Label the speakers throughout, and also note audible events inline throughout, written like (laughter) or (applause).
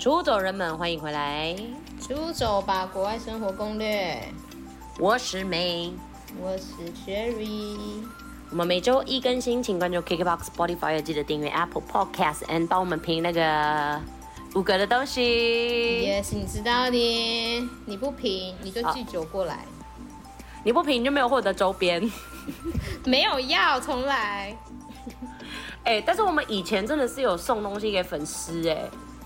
Speaker 1: 出走人们，欢迎回来，
Speaker 2: 出走吧，国外生活攻略。
Speaker 1: 我是梅。
Speaker 2: 我是 Cherry，
Speaker 1: 我们每周一更新，请关注 KKBOX、Spotify，也记得订阅 Apple Podcast，and 帮我们评那个五格的东西。
Speaker 2: 也是你知道的，你不平你就寄酒过来，
Speaker 1: 你不评就没有获得周边。 (laughs)
Speaker 2: 没有要重来。
Speaker 1: 哎、但是我们以前真的是有送东西给粉丝哎、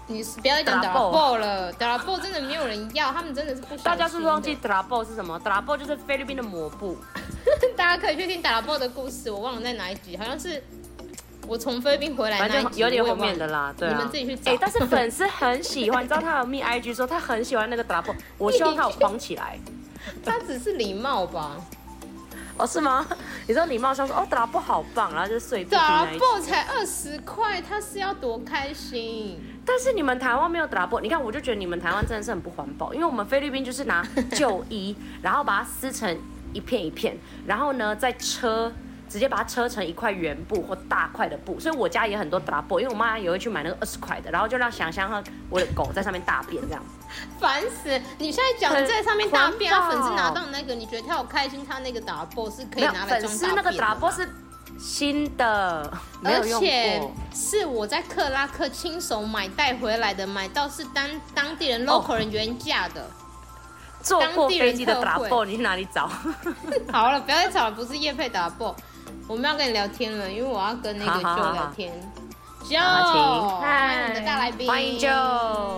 Speaker 2: 你不要再讲 d
Speaker 1: Double
Speaker 2: o u b 了 d o u b 真的没有人要，他们真的是不小心的
Speaker 1: 大家是不是忘记 d r a b o 是什么 d r a b o 就是菲律宾的抹布。
Speaker 2: (laughs) 大家可以去听 d o u b 的故事，我忘了在哪一集，好像是我从菲律宾回来
Speaker 1: 反
Speaker 2: 那一
Speaker 1: 正
Speaker 2: 集，
Speaker 1: 有点
Speaker 2: 哎我也
Speaker 1: 后
Speaker 2: 忘了
Speaker 1: 面的啦，对啊。
Speaker 2: 你们自己去找。
Speaker 1: 哎、但是粉丝很喜欢，你知道他有密 IG 说他很喜欢那个 d r a b o 我希望他有
Speaker 2: (laughs)
Speaker 1: 框起来。
Speaker 2: (laughs) 他只是礼
Speaker 1: (laughs)
Speaker 2: 貌吧
Speaker 1: 哦，是吗？ (laughs) 你说礼貌上说哦 d r a b o 好棒，然后就是碎
Speaker 2: d
Speaker 1: 步
Speaker 2: o
Speaker 1: 那一
Speaker 2: u
Speaker 1: 集
Speaker 2: b 才二十块，他是要多开心？
Speaker 1: 但是你们台湾没有 d r a b o 你看我就觉得你们台湾真的是很不环保，因为我们菲律宾就是拿旧衣，然后把它撕成一片一片，然后呢再车。直接把它车成一块圆布或大块的布，所以我家也很多 d r a b o 因为我妈也会去买那个二十块的，然后就让想象和我的狗在上面大便这样。
Speaker 2: 烦死！你现在讲
Speaker 1: 很
Speaker 2: 在上面大便，啊，
Speaker 1: 环
Speaker 2: 粉
Speaker 1: 保
Speaker 2: 丝拿到那个，你觉得他有开心？他那个打波是可以
Speaker 1: 没有
Speaker 2: 拿来
Speaker 1: 粉
Speaker 2: 装
Speaker 1: 丝
Speaker 2: 大便
Speaker 1: 那
Speaker 2: 的
Speaker 1: 个
Speaker 2: 吗
Speaker 1: 打波，是新的，没
Speaker 2: 而
Speaker 1: 有用
Speaker 2: 且
Speaker 1: 过。
Speaker 2: 是我在克拉克亲手买带回来的，买到是当当地人
Speaker 1: 哦
Speaker 2: local 人原
Speaker 1: (laughs)
Speaker 2: 价的。
Speaker 1: 坐过
Speaker 2: 当地人
Speaker 1: 飞机的
Speaker 2: 特
Speaker 1: 打
Speaker 2: 惠
Speaker 1: 波，你去哪里找？
Speaker 2: 好了，不要再吵了，不是叶配打波，我们要跟你聊天了，因为我要跟那个
Speaker 1: 好好好
Speaker 2: Joe 聊
Speaker 1: 好
Speaker 2: 天。
Speaker 1: 好
Speaker 2: Joe，欢迎我们的大来宾，
Speaker 1: 欢迎就。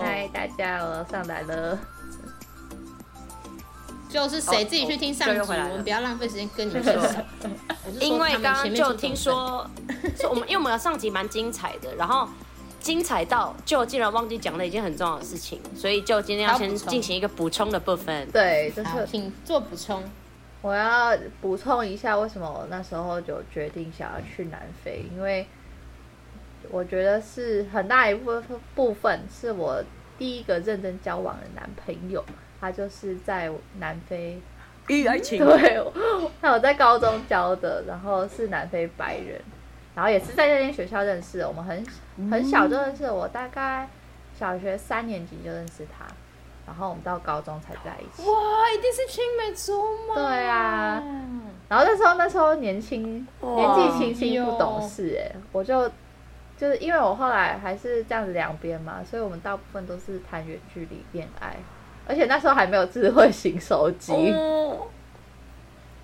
Speaker 3: 嗨，大家，我上来了。
Speaker 2: Joe 是谁？
Speaker 1: 哦
Speaker 2: 自己去听上
Speaker 1: 哦，Joe
Speaker 2: 集，
Speaker 1: 又回来了
Speaker 2: 我们不要浪费时间跟
Speaker 1: (laughs)
Speaker 2: 你们说。我是说
Speaker 1: 因为
Speaker 2: 他们
Speaker 1: 刚刚
Speaker 2: 前面
Speaker 1: 就
Speaker 2: 出
Speaker 1: 听
Speaker 2: 总分
Speaker 1: 说，说我们因为我们的上集蛮精彩的，然后精彩到就竟然忘记讲了一件很重要的事情，所以就今天要
Speaker 2: 还要
Speaker 1: 先
Speaker 2: 补充
Speaker 1: 进行一个补充的部分。
Speaker 3: 对，就
Speaker 2: 好，
Speaker 3: 是
Speaker 2: 请做补充。
Speaker 3: 我要补充一下，为什么我那时候就决定想要去南非，因为我觉得是很大一部分部分是我第一个认真交往的男朋友，他就是在南非
Speaker 1: 与爱情
Speaker 3: 对，那我在 (laughs) 高中教的，然后是南非白人，然后也是在那间学校认识的，我们
Speaker 1: 嗯
Speaker 3: 很很小就认识，我大概小学三年级就认识他，然后我们到高中才在一起。
Speaker 2: 哇，一定是青梅竹马。
Speaker 3: 对啊，然后那时候那时候年轻，年纪轻轻不懂事、哎，我就就是因为我后来还是这样子两边嘛，所以我们大部分都是谈远距离恋爱，而且那时候还没有智慧型手机。
Speaker 1: 哦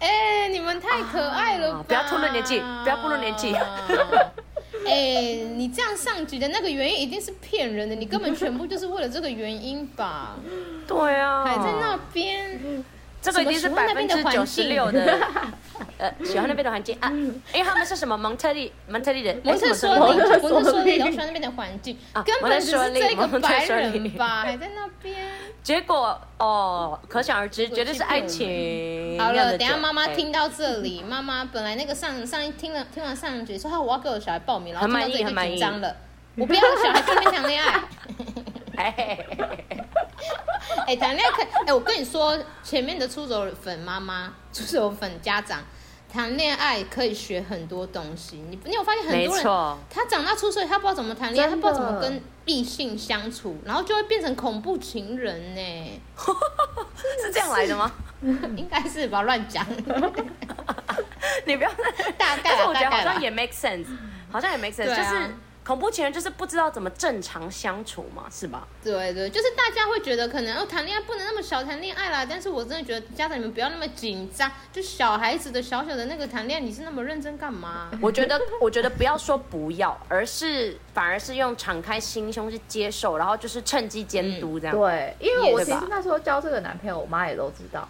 Speaker 2: 哎、你们太可爱了吧、
Speaker 1: 啊不要透露年纪不要暴露年纪
Speaker 2: (laughs) 哎、你这样上局的那个原因一定是骗人的，你根本全部就是为了这个原因
Speaker 1: (laughs)
Speaker 2: 吧？
Speaker 1: 对啊，
Speaker 2: 还在那
Speaker 1: 哦
Speaker 2: 边，
Speaker 1: 这个一定是
Speaker 2: 什么喜欢
Speaker 1: 百
Speaker 2: 那
Speaker 1: 分
Speaker 2: 边
Speaker 1: 之
Speaker 2: 的
Speaker 1: 九
Speaker 2: 环
Speaker 1: 十
Speaker 2: 境
Speaker 1: 六的， (laughs) 呃，喜欢那边的环境啊，因为他们是什么蒙特利蒙特利人，
Speaker 2: 蒙
Speaker 1: 哎
Speaker 2: 特
Speaker 1: 什
Speaker 2: 说
Speaker 1: 么
Speaker 3: 蒙
Speaker 2: 你，
Speaker 3: 特
Speaker 2: 蒙特
Speaker 3: 梭
Speaker 2: 说
Speaker 3: 利
Speaker 2: 你，我喜欢那边的环境，
Speaker 1: 啊
Speaker 2: 根
Speaker 1: 蒙特
Speaker 2: 本只
Speaker 1: 梭
Speaker 2: 是
Speaker 1: 利
Speaker 2: 这个
Speaker 1: 蒙特
Speaker 2: 白
Speaker 1: 梭利
Speaker 2: 人吧，还在那边。
Speaker 1: 结果哦，可想而知，绝对是爱情。
Speaker 2: 好
Speaker 1: 酿
Speaker 2: 了，
Speaker 1: 的
Speaker 2: 等一下
Speaker 1: 酒
Speaker 2: 妈妈
Speaker 1: 哎
Speaker 2: 听到这里，妈妈本来那个上上一听了听完上一局说，啊，我要给我小孩报名，然后
Speaker 1: 很
Speaker 2: 听
Speaker 1: 满
Speaker 2: 到这
Speaker 1: 意
Speaker 2: 里
Speaker 1: 很
Speaker 2: 就
Speaker 1: 满意
Speaker 2: 紧张了，我不要我小孩在那边谈恋爱。 (laughs)
Speaker 1: 哎嘿嘿嘿嘿
Speaker 2: 哎，谈恋爱可哎，我跟你说，前面的出走粉妈妈、出走粉家长，谈恋爱可以学很多东西。你你有发现很
Speaker 1: 没
Speaker 2: 多人，
Speaker 1: 错，
Speaker 2: 他长大出社会，他不知道怎么谈恋爱，他
Speaker 3: 真
Speaker 2: 不
Speaker 3: 的
Speaker 2: 知道怎么跟异性相处，然后就会变成恐怖情
Speaker 1: (laughs)
Speaker 2: 人呢，
Speaker 1: 是这样来的吗？
Speaker 2: 应该是吧？乱讲，
Speaker 1: 你不要，
Speaker 2: 大
Speaker 1: (laughs)
Speaker 2: 概
Speaker 1: 但是
Speaker 2: 啦
Speaker 1: 我觉得好
Speaker 2: 大概
Speaker 1: 像
Speaker 2: 啦。
Speaker 1: 也 make sense，好像也 make sense，
Speaker 2: 对
Speaker 1: 就
Speaker 2: 啊
Speaker 1: 是恐怖情人就是不知道怎么正常相处嘛，是吧？
Speaker 2: 对对，就是大家会觉得可能哦，谈恋爱不能那么小谈恋爱啦。但是我真的觉得家长你们不要那么紧张，就小孩子的小小的那个谈恋爱，你是那么认真干嘛？
Speaker 1: 我觉得，我觉得不要说不要，而是反而是用敞开心胸去接受，然后就是趁机监
Speaker 2: 嗯
Speaker 1: 督这样。
Speaker 3: 对，因为我
Speaker 1: 也
Speaker 3: 其
Speaker 1: 对吧
Speaker 3: 实那时候交这个男朋友，我妈也都知道。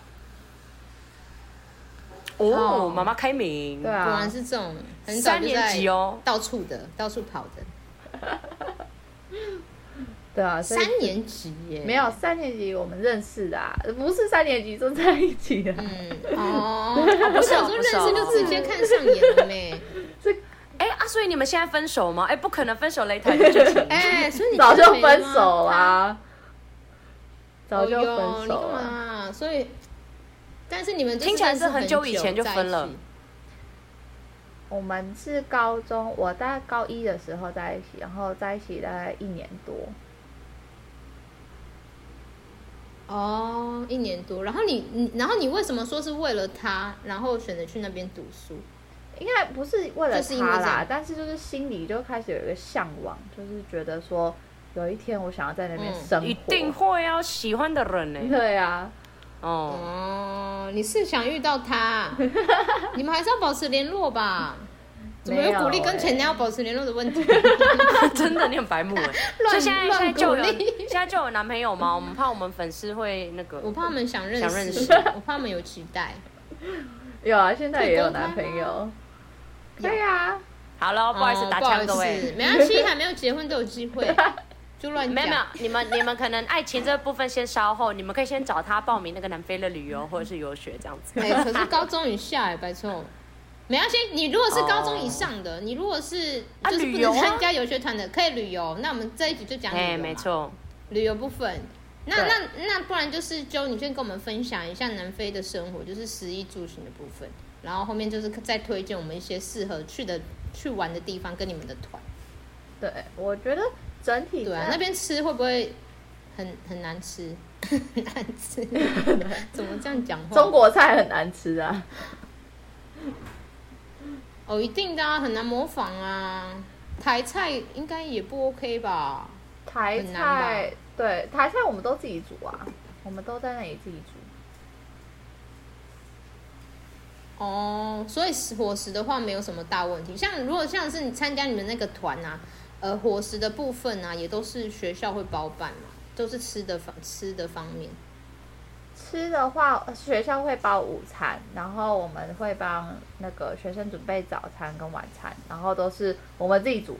Speaker 1: 哦，妈妈开明。
Speaker 3: 对
Speaker 2: 果
Speaker 3: 啊
Speaker 2: 然，是这种很早
Speaker 1: 三
Speaker 2: 就
Speaker 1: 年
Speaker 2: 在
Speaker 1: 级哦，
Speaker 2: 到处的，到处跑的。
Speaker 3: 对啊，所以
Speaker 2: 三年级耶，
Speaker 3: 没有三年级我们认识的、啊，不是三年级就在一起的、
Speaker 2: 嗯
Speaker 3: (laughs)
Speaker 2: 哦，我想说认识就直接看上眼了没？
Speaker 1: 哎啊，所以你们现在分手吗？哎，不可能分手擂台的剧
Speaker 3: (laughs)
Speaker 1: 情。
Speaker 2: 哎，所以你
Speaker 3: 早就
Speaker 2: 真的没
Speaker 3: 分
Speaker 2: 吗
Speaker 3: 手啦、，
Speaker 2: 他
Speaker 3: 早就
Speaker 2: 哦哟
Speaker 3: 分
Speaker 2: 你
Speaker 3: 手
Speaker 2: 干
Speaker 3: 了、
Speaker 2: 嘛？所以，但是你们就是
Speaker 1: 听起来
Speaker 2: 认识
Speaker 1: 是很久以前就
Speaker 2: 在一
Speaker 1: 分了
Speaker 2: 起
Speaker 3: 我们是高中，我大概高一的时候在一起，然后在一起大概一年多，
Speaker 2: 哦，一年多。然后你你，然后你为什么说是为了他，然后选择去那边读书？
Speaker 3: 应该不是为了
Speaker 2: 就是因为
Speaker 3: 他
Speaker 2: 这
Speaker 3: 啦
Speaker 2: 样，
Speaker 3: 但是就是心里就开始有一个向往，就是觉得说有一天我想要在那边
Speaker 2: 嗯
Speaker 3: 生活。
Speaker 1: 一定会要喜欢的人呢、
Speaker 3: 对啊，
Speaker 1: 哦，
Speaker 2: 哦，你是想遇到
Speaker 1: (laughs)
Speaker 2: 他？你们还是要保持联络吧？怎么
Speaker 3: 没
Speaker 2: 有
Speaker 3: 有
Speaker 2: 鼓励跟
Speaker 3: 欸
Speaker 2: 前男友保持联络的问题？
Speaker 1: 欸真的，你很白目哎、
Speaker 2: (laughs) 乱
Speaker 1: 所以现在现在
Speaker 2: 乱
Speaker 1: 就有
Speaker 2: 鼓励
Speaker 1: 现在就有男朋友吗？我们怕我们粉丝会那个
Speaker 2: (laughs) 我，怕他们想认识，
Speaker 1: 想认识
Speaker 2: 我怕他们有期待。
Speaker 3: 有啊，现在
Speaker 2: 可以啊
Speaker 3: 也有
Speaker 2: 公开
Speaker 3: 男朋友。
Speaker 2: 有
Speaker 3: 对啊，
Speaker 1: 好了，不好意思
Speaker 2: 哦
Speaker 1: 打
Speaker 2: 不好
Speaker 1: 枪
Speaker 2: 意
Speaker 1: 各位
Speaker 2: 思，。没关系，还没有结婚都有机
Speaker 1: (laughs)
Speaker 2: 会，就乱
Speaker 1: 没有没有
Speaker 2: 讲。，
Speaker 1: 你们你们可能爱情这部分先稍后，你们可以先找他报名那个南非的旅游或者是游学这样子。
Speaker 2: (laughs) 哎、可是高中以下哎、白臭，没关系。你如果是高中以上的，你如果是
Speaker 1: 哦啊
Speaker 2: 就是不
Speaker 1: 旅游
Speaker 2: 能
Speaker 1: 啊
Speaker 2: 参加游学团的，可以旅游。那我们这一集就讲旅游
Speaker 1: 哎，
Speaker 2: 嘛
Speaker 1: 没错，
Speaker 2: 旅游部分。那
Speaker 1: 对
Speaker 2: 那那不然就是就你先跟我们分享一下南非的生活，就是食衣住行的部分，然后后面就是再推荐我们一些适合去的去玩的地方跟你们的团。
Speaker 3: 对，我觉得整体
Speaker 2: 对啊，那边吃会不会很很难吃？ (laughs) 很难
Speaker 1: (laughs)
Speaker 2: 吃，怎么这样讲话？
Speaker 3: (laughs) 中国菜很难吃啊。
Speaker 2: 哦，一定的啊，很难模仿啊。台菜应该也不 OK 吧？
Speaker 3: 台
Speaker 2: 很难
Speaker 3: 菜对台菜我们都自己煮啊，我们都在那里自己煮。
Speaker 2: 哦，所以食伙食的话没有什么大问题。像如果像是你参加你们那个团啊，呃，伙食的部分啊，也都是学校会包办嘛，都是吃的方吃的方面。
Speaker 3: 吃的话，呃学校会包午餐，然后我们会帮那个学生准备早餐跟晚餐，然后都是我们自己煮。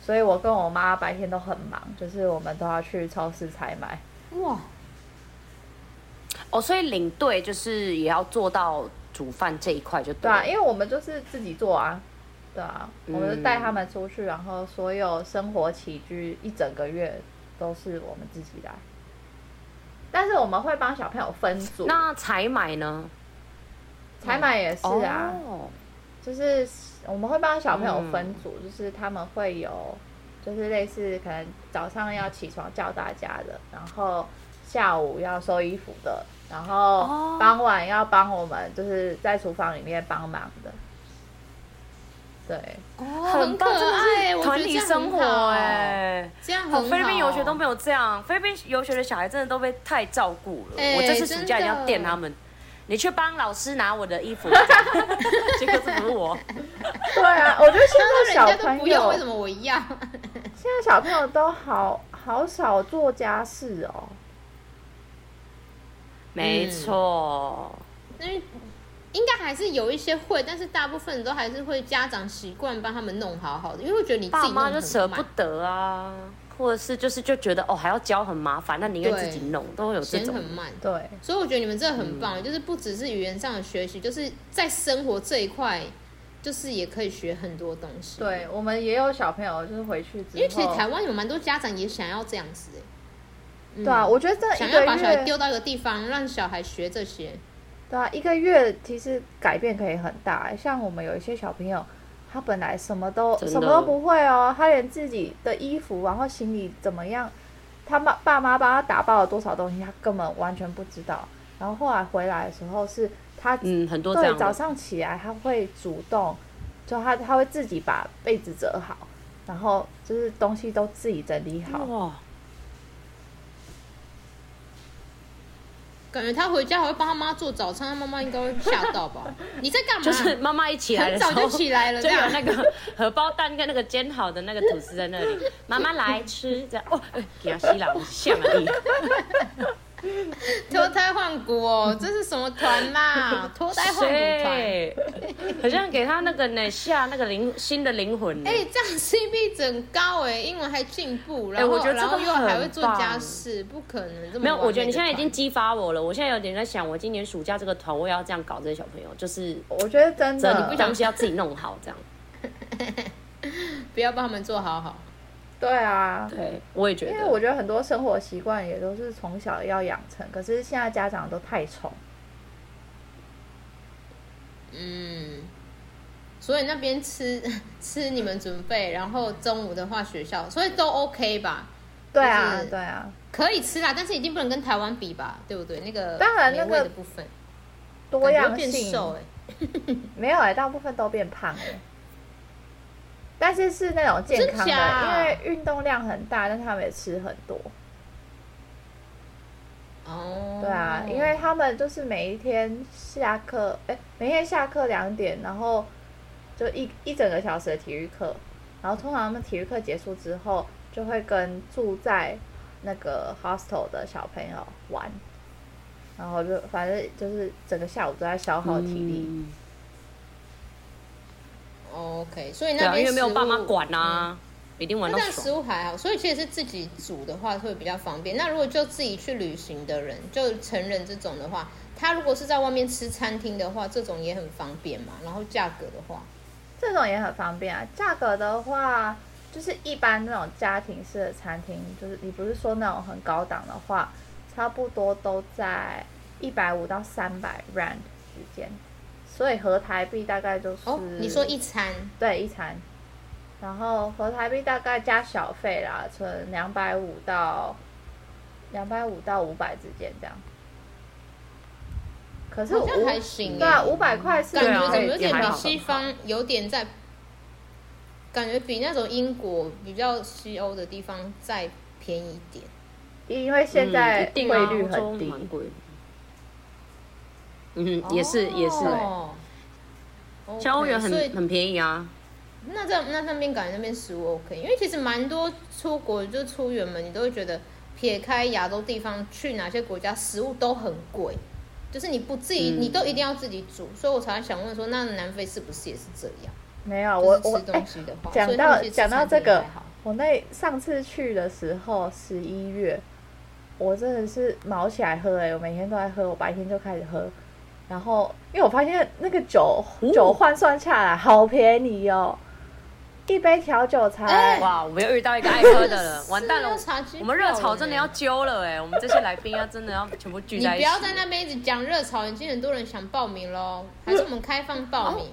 Speaker 3: 所以我跟我妈白天都很忙，就是我们都要去超市采买。
Speaker 2: 哇，
Speaker 1: 哦，所以领队就是也要做到煮饭这一块就
Speaker 3: 对
Speaker 1: 对嗯
Speaker 3: 啊，
Speaker 1: 了。
Speaker 3: 因为我们就是自己做啊，对啊，我们就带他们出去，然后所有生活起居一整个月都是我们自己来。但是我们会帮小朋友分组，
Speaker 1: 那采买呢？
Speaker 3: 采买也是啊，
Speaker 1: 哦
Speaker 3: 就是我们会帮小朋友分组，就是他们会有，就是类似可能早上要起床叫大家的，然后下午要收衣服的，然后
Speaker 1: 哦
Speaker 3: 傍晚要帮我们就是在厨房里面帮忙的，对。
Speaker 2: 哦，
Speaker 1: 很
Speaker 2: 可
Speaker 1: 棒，真的
Speaker 2: 爱，
Speaker 1: 是
Speaker 2: 我
Speaker 1: 团
Speaker 2: 觉
Speaker 1: 体
Speaker 2: 得这样很
Speaker 1: 生活
Speaker 2: 好，
Speaker 1: 哎、
Speaker 2: 这样
Speaker 1: 哦
Speaker 2: 很好。
Speaker 1: 菲律宾游学都没有这样，菲律宾游学的小孩真的都被太照顾了。
Speaker 2: 哎
Speaker 1: 我这次暑假一定要电他们，你去帮老师拿我的衣
Speaker 2: (laughs)
Speaker 1: 服，结果是不是我？
Speaker 3: 对啊， (laughs) 我觉得现在
Speaker 2: 那
Speaker 3: 小
Speaker 2: 人家
Speaker 3: 朋
Speaker 2: 都不
Speaker 3: 友
Speaker 2: 用，为，什么我要？
Speaker 3: 现在小朋友都好好少做家事哦。
Speaker 1: 没错，
Speaker 2: 因为应该还是有一些会，但是大部分都还是会家长习惯帮他们弄好好的，因为我觉得你自
Speaker 1: 爸
Speaker 2: 己弄
Speaker 1: 妈
Speaker 2: 很
Speaker 1: 就
Speaker 2: 慢。
Speaker 1: 舍不得啊，或者是就是就觉得哦还要教很麻烦，那宁愿
Speaker 2: 对
Speaker 1: 自己弄，都会有这
Speaker 2: 嫌
Speaker 1: 种
Speaker 2: 很。慢，
Speaker 3: 对，
Speaker 2: 所以我觉得你们这很棒，就是不只是语言上的学习，就是在生活这一块，就是也可以学很多东西。，
Speaker 3: 对我们也有小朋友就是回去之后，
Speaker 2: 因为其实台湾有蛮多家长也想要这样子、欸，嗯
Speaker 3: 对啊，我觉得这
Speaker 2: 想
Speaker 3: 一
Speaker 2: 要
Speaker 3: 个
Speaker 2: 把小孩
Speaker 3: 月，
Speaker 2: 丢到一个地方，让小孩学这些。
Speaker 3: 对啊，一个月其实改变可以很大欸。像我们有一些小朋友，他本来什么都
Speaker 1: 真的
Speaker 3: 什么都不会哦，他连自己的衣服，然后行李怎么样，他妈爸妈帮他打包了多少东西，他根本完全不知道。然后后来回来的时候是他
Speaker 1: 嗯，很多这
Speaker 3: 对，
Speaker 1: 样
Speaker 3: 早
Speaker 1: 的。
Speaker 3: 上起来他会主动，就他他会自己把被子折好，然后就是东西都自己整理好。
Speaker 1: 哇，
Speaker 2: 感觉他回家还会帮他妈做早餐，他妈妈应该会吓到
Speaker 1: (laughs)
Speaker 2: 吧？你在干嘛？
Speaker 1: 就是妈妈一起来的
Speaker 2: 很
Speaker 1: 时候
Speaker 2: 早就起来了，
Speaker 1: 就
Speaker 2: 这
Speaker 1: 有
Speaker 2: 样
Speaker 1: 那个荷包蛋跟那个煎好的那个吐司在那里，妈妈来吃，这样哦，哎给他吸了，下马力，
Speaker 2: (laughs) 脱胎换骨哦，这是什么
Speaker 1: (laughs)
Speaker 2: 团啦？脱胎换骨团。
Speaker 1: 对，好像给他那个呢下那个灵新的灵魂呢
Speaker 2: 哎、，这样 CP 值很高哎、英文还进步，然
Speaker 1: 哎
Speaker 2: 后、
Speaker 1: 我觉得这
Speaker 2: 然
Speaker 1: 个
Speaker 2: 后又还会
Speaker 1: 很
Speaker 2: 做
Speaker 1: 棒
Speaker 2: 家事，不可能这么
Speaker 1: 没有，
Speaker 2: 完
Speaker 1: 我觉得
Speaker 2: 美
Speaker 1: 你
Speaker 2: 的
Speaker 1: 现在已
Speaker 2: 团
Speaker 1: 经激发我了，我现在有点在想，我今年暑假这个团我也要这样搞这些小朋友，就是
Speaker 3: 我觉得真
Speaker 1: 这
Speaker 3: 的，
Speaker 1: 你不东西要自己弄好这
Speaker 2: (laughs)
Speaker 1: 样，
Speaker 2: 不要帮他们做好好。
Speaker 3: 对啊，
Speaker 1: 对，我也觉
Speaker 3: 因为我
Speaker 1: 得，
Speaker 3: 觉得很多生活习惯也都是从小要养成，可是现在家长都太宠。
Speaker 2: 嗯，所以那 (laughs) 边吃吃你们准备，然后中午的话学校，所以都 OK 吧？
Speaker 3: 对啊
Speaker 2: 就，是
Speaker 3: 对啊，
Speaker 2: 可以吃啦，但是已经不能跟台湾比吧，对不对？那个
Speaker 3: 当然
Speaker 2: 美
Speaker 3: 那个
Speaker 2: 味的部分，
Speaker 3: 多样
Speaker 2: 感觉变
Speaker 3: 性
Speaker 2: 瘦哎、
Speaker 3: 没有哎、大部分都变胖哎、但是是那种健康
Speaker 2: 真假
Speaker 3: 的，因为运动量很大，但他们也吃很多。
Speaker 2: 哦，
Speaker 3: 对啊，因为他们就是每一天下课，哎、每天下课两点，然后就一一整个小时的体育课，然后通常他们体育课结束之后，就会跟住在那个 hostel 的小朋友玩，然后就反正就是整个下午都在消耗体力。
Speaker 1: 嗯
Speaker 2: OK，所以
Speaker 1: 对
Speaker 2: 那
Speaker 1: 啊，因
Speaker 2: 边
Speaker 1: 为没有
Speaker 2: 食物
Speaker 1: 爸妈管啊，一定玩
Speaker 2: 那
Speaker 1: 到
Speaker 2: 这
Speaker 3: 嗯
Speaker 2: 样食
Speaker 1: 爽。
Speaker 2: 物还好，所以其实是自己煮的话会比较方便。那如果就自己去旅行的人，就成人这种的话，他如果是在外面吃餐厅的话，这种也很方便嘛。然后价格的话，
Speaker 3: 这种也很方便啊。价格的话，就是一般那种家庭式的餐厅，就是你不是说那种很高档的话，差不多都在一百五到三百 rand 之间，所以合台币大概就是
Speaker 2: 哦，你说一餐
Speaker 3: 对一餐，然后合台币大概加小费啦，存两百五到两百五到五百之间这样。可是
Speaker 2: 好像
Speaker 3: 五
Speaker 2: 还行
Speaker 3: 对啊，
Speaker 2: 耶
Speaker 3: 五百块是
Speaker 2: 感
Speaker 1: 对啊
Speaker 2: 觉
Speaker 3: 可
Speaker 2: 怎
Speaker 3: 以
Speaker 2: 么有
Speaker 1: 也
Speaker 2: 点
Speaker 1: 还
Speaker 2: 比
Speaker 1: 好
Speaker 2: 西方有点在，感觉比那种英国比较西欧的地方再便宜一点。
Speaker 3: 因为现
Speaker 1: 嗯一
Speaker 3: 在汇
Speaker 1: 定啊
Speaker 3: 率
Speaker 1: 欧
Speaker 3: 很
Speaker 1: 洲
Speaker 3: 低，
Speaker 1: 蛮贵的。嗯，也是也是，
Speaker 2: 哦 OK，
Speaker 1: 像欧元很
Speaker 2: 所以
Speaker 1: 很便宜啊。
Speaker 2: 那这那那边感觉那边食物 OK，因为其实蛮多出国就出远门，你都会觉得撇开亚洲地方去哪些国家食物都很贵，就是你不自己、
Speaker 1: 嗯
Speaker 2: 你都一定要自己煮，所以我才想问说，那南非是不是也是这样？
Speaker 3: 没有，
Speaker 2: 就
Speaker 3: 我
Speaker 2: 是吃
Speaker 3: 我哎
Speaker 2: 东西的话，所
Speaker 3: 讲
Speaker 2: 以他们
Speaker 3: 到
Speaker 2: 其实
Speaker 3: 讲到
Speaker 2: 餐
Speaker 3: 这
Speaker 2: 厅
Speaker 3: 个
Speaker 2: 还好，
Speaker 3: 我那上次去的时候，十一月，我真的是毛起来喝哎、我每天都在喝，我白天就开始喝，然后因为我发现那个酒、
Speaker 1: 哦
Speaker 3: 酒换算下来好便宜哦，一杯调酒才、
Speaker 2: 哎
Speaker 1: 哇，我们又遇到一个爱喝的了，
Speaker 2: (laughs) 是啊
Speaker 1: 完蛋了
Speaker 2: 要查机！票
Speaker 1: 我们热炒真的
Speaker 2: 了
Speaker 1: 要
Speaker 2: 呢
Speaker 1: 揪了哎，我们这些来宾要真的要全部聚
Speaker 2: 欸你
Speaker 1: 在
Speaker 2: 不
Speaker 1: 一起。
Speaker 2: 要在那边一直讲热潮，已经很多人想报名喽，还是我们开放报名？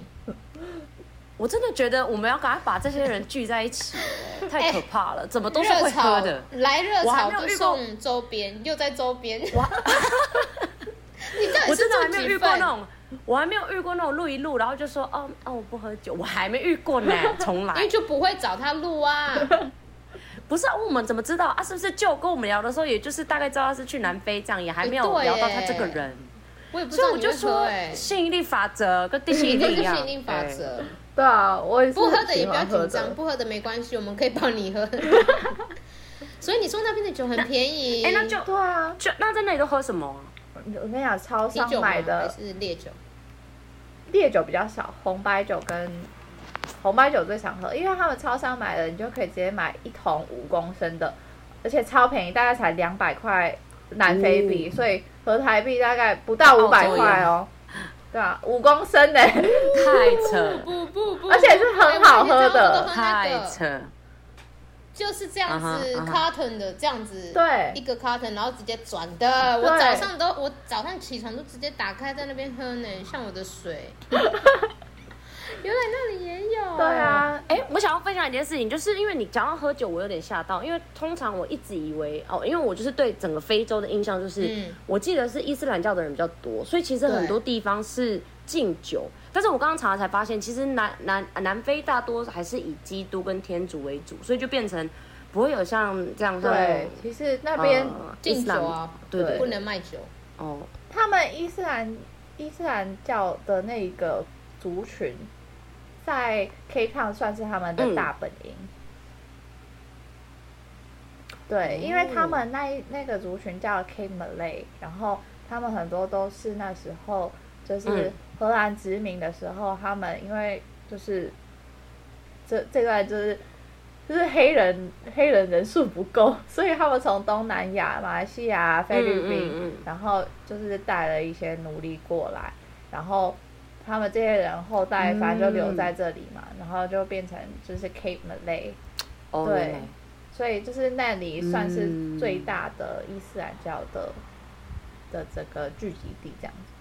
Speaker 1: 我真的觉得我们要赶快把这些人聚在一起，欸太可怕了，怎么都是
Speaker 2: 哎热
Speaker 1: 会
Speaker 2: 炒哎
Speaker 1: 喝的。
Speaker 2: 来热
Speaker 1: 我还
Speaker 2: 炒
Speaker 1: 没有
Speaker 2: 就
Speaker 1: 遇过
Speaker 2: 送周边，又在周边。你到底
Speaker 1: 我真
Speaker 2: 是
Speaker 1: 的还
Speaker 2: 中
Speaker 1: 没有
Speaker 2: 几
Speaker 1: 遇过
Speaker 2: 份？
Speaker 1: 那种，我还没有遇过那种录一录，然后就说哦哦我不喝酒，我还没遇过呢，从来
Speaker 2: 因为就不会找他录啊。
Speaker 1: 不是、啊、我们怎么知道啊？是不是就跟我们聊的时候，也就是大概知道他是去南非这样，也还没有
Speaker 2: 哎对耶
Speaker 1: 聊到他这个人，
Speaker 2: 我也不知
Speaker 1: 所以
Speaker 2: 道
Speaker 1: 我
Speaker 2: 你
Speaker 1: 就
Speaker 2: 会喝
Speaker 1: 说
Speaker 2: 哎、
Speaker 1: 吸引力法则跟地
Speaker 2: (laughs) 你
Speaker 1: 心引
Speaker 2: 这
Speaker 1: 力啊
Speaker 2: 是
Speaker 1: 一样，
Speaker 2: 吸引力法
Speaker 1: 对。
Speaker 2: 则，
Speaker 3: 对啊，我也是
Speaker 2: 不喝的也
Speaker 3: 喜
Speaker 2: 不要
Speaker 3: 欢喝
Speaker 2: 紧
Speaker 3: 的
Speaker 2: 张，不喝的没关系，我们可以帮你
Speaker 1: (laughs)
Speaker 2: 喝。所以你说那边的酒很便宜，
Speaker 1: 哎、那就
Speaker 3: 对啊，
Speaker 1: 就那在那里都喝什么
Speaker 2: (laughs)
Speaker 1: 啊？
Speaker 3: 我跟你讲，超
Speaker 2: 啤
Speaker 3: 商
Speaker 2: 酒吗
Speaker 3: 买的
Speaker 2: 还是烈酒？
Speaker 3: 烈酒比较少，红白酒跟红白酒最常喝，因为他们超商买的，你就可以直接买一桶五公升的，而且超便宜，大概才两百块南非币，所以合台币大概不到五百块哦。对啊，五公升呢、
Speaker 1: 太扯，
Speaker 2: 不不不，
Speaker 3: 而且是很好喝
Speaker 2: 不然我
Speaker 3: 的
Speaker 2: 以前在澳洲都喝那
Speaker 1: 太
Speaker 2: 个
Speaker 1: 扯，
Speaker 2: 就是这样子
Speaker 1: 嗯哼嗯哼
Speaker 2: carton 的这样子，
Speaker 3: 对
Speaker 2: 一个 carton 然后直接转的。我
Speaker 3: 对
Speaker 2: 早上都我早上起床都直接打开在那边喝呢，像我的水。原来那里也有。
Speaker 3: 对，啊，
Speaker 1: 哎、我想要分享一件事情，就是因为你讲到喝酒，我有点吓到，因为通常我一直以为哦，因为我就是对整个非洲的印象就是，
Speaker 2: 嗯
Speaker 1: 我记得是伊斯兰教的人比较多，所以其实很多地方是禁酒。但是我刚刚查了才发现，其实南南南非大多还是以基督跟天主为主，所以就变成不会有像这样像
Speaker 3: 对，其实那
Speaker 1: 呃
Speaker 3: 边、
Speaker 1: 伊
Speaker 2: 敬
Speaker 1: 斯
Speaker 2: 酒
Speaker 1: 兰
Speaker 2: 啊，
Speaker 1: 对对
Speaker 2: 不
Speaker 1: 对
Speaker 2: 能卖酒。
Speaker 1: 哦，
Speaker 3: 他们伊斯兰伊斯兰教的那个族群，在 K Town 算是他们
Speaker 1: 嗯
Speaker 3: 的大本营。对，
Speaker 1: 哦
Speaker 3: 因为他们那一那个族群叫 K Malay，然后他们很多都是那时候就是
Speaker 1: 嗯
Speaker 3: 荷兰殖民的时候，他们因为就是这这段就是就是黑人黑人人数不够，所以他们从东南亚、马来西亚、菲律宾，
Speaker 1: 嗯嗯嗯
Speaker 3: 然后就是带了一些奴隶过来，然后他们这些人后代反正就留在这里嘛，
Speaker 2: 嗯
Speaker 3: 然后就变成就是 Cape Malay，
Speaker 1: 哦
Speaker 3: 对
Speaker 1: 原来
Speaker 3: 所以就是那里算是
Speaker 1: 嗯
Speaker 3: 最大的伊斯兰教的、的这个聚集地这样子。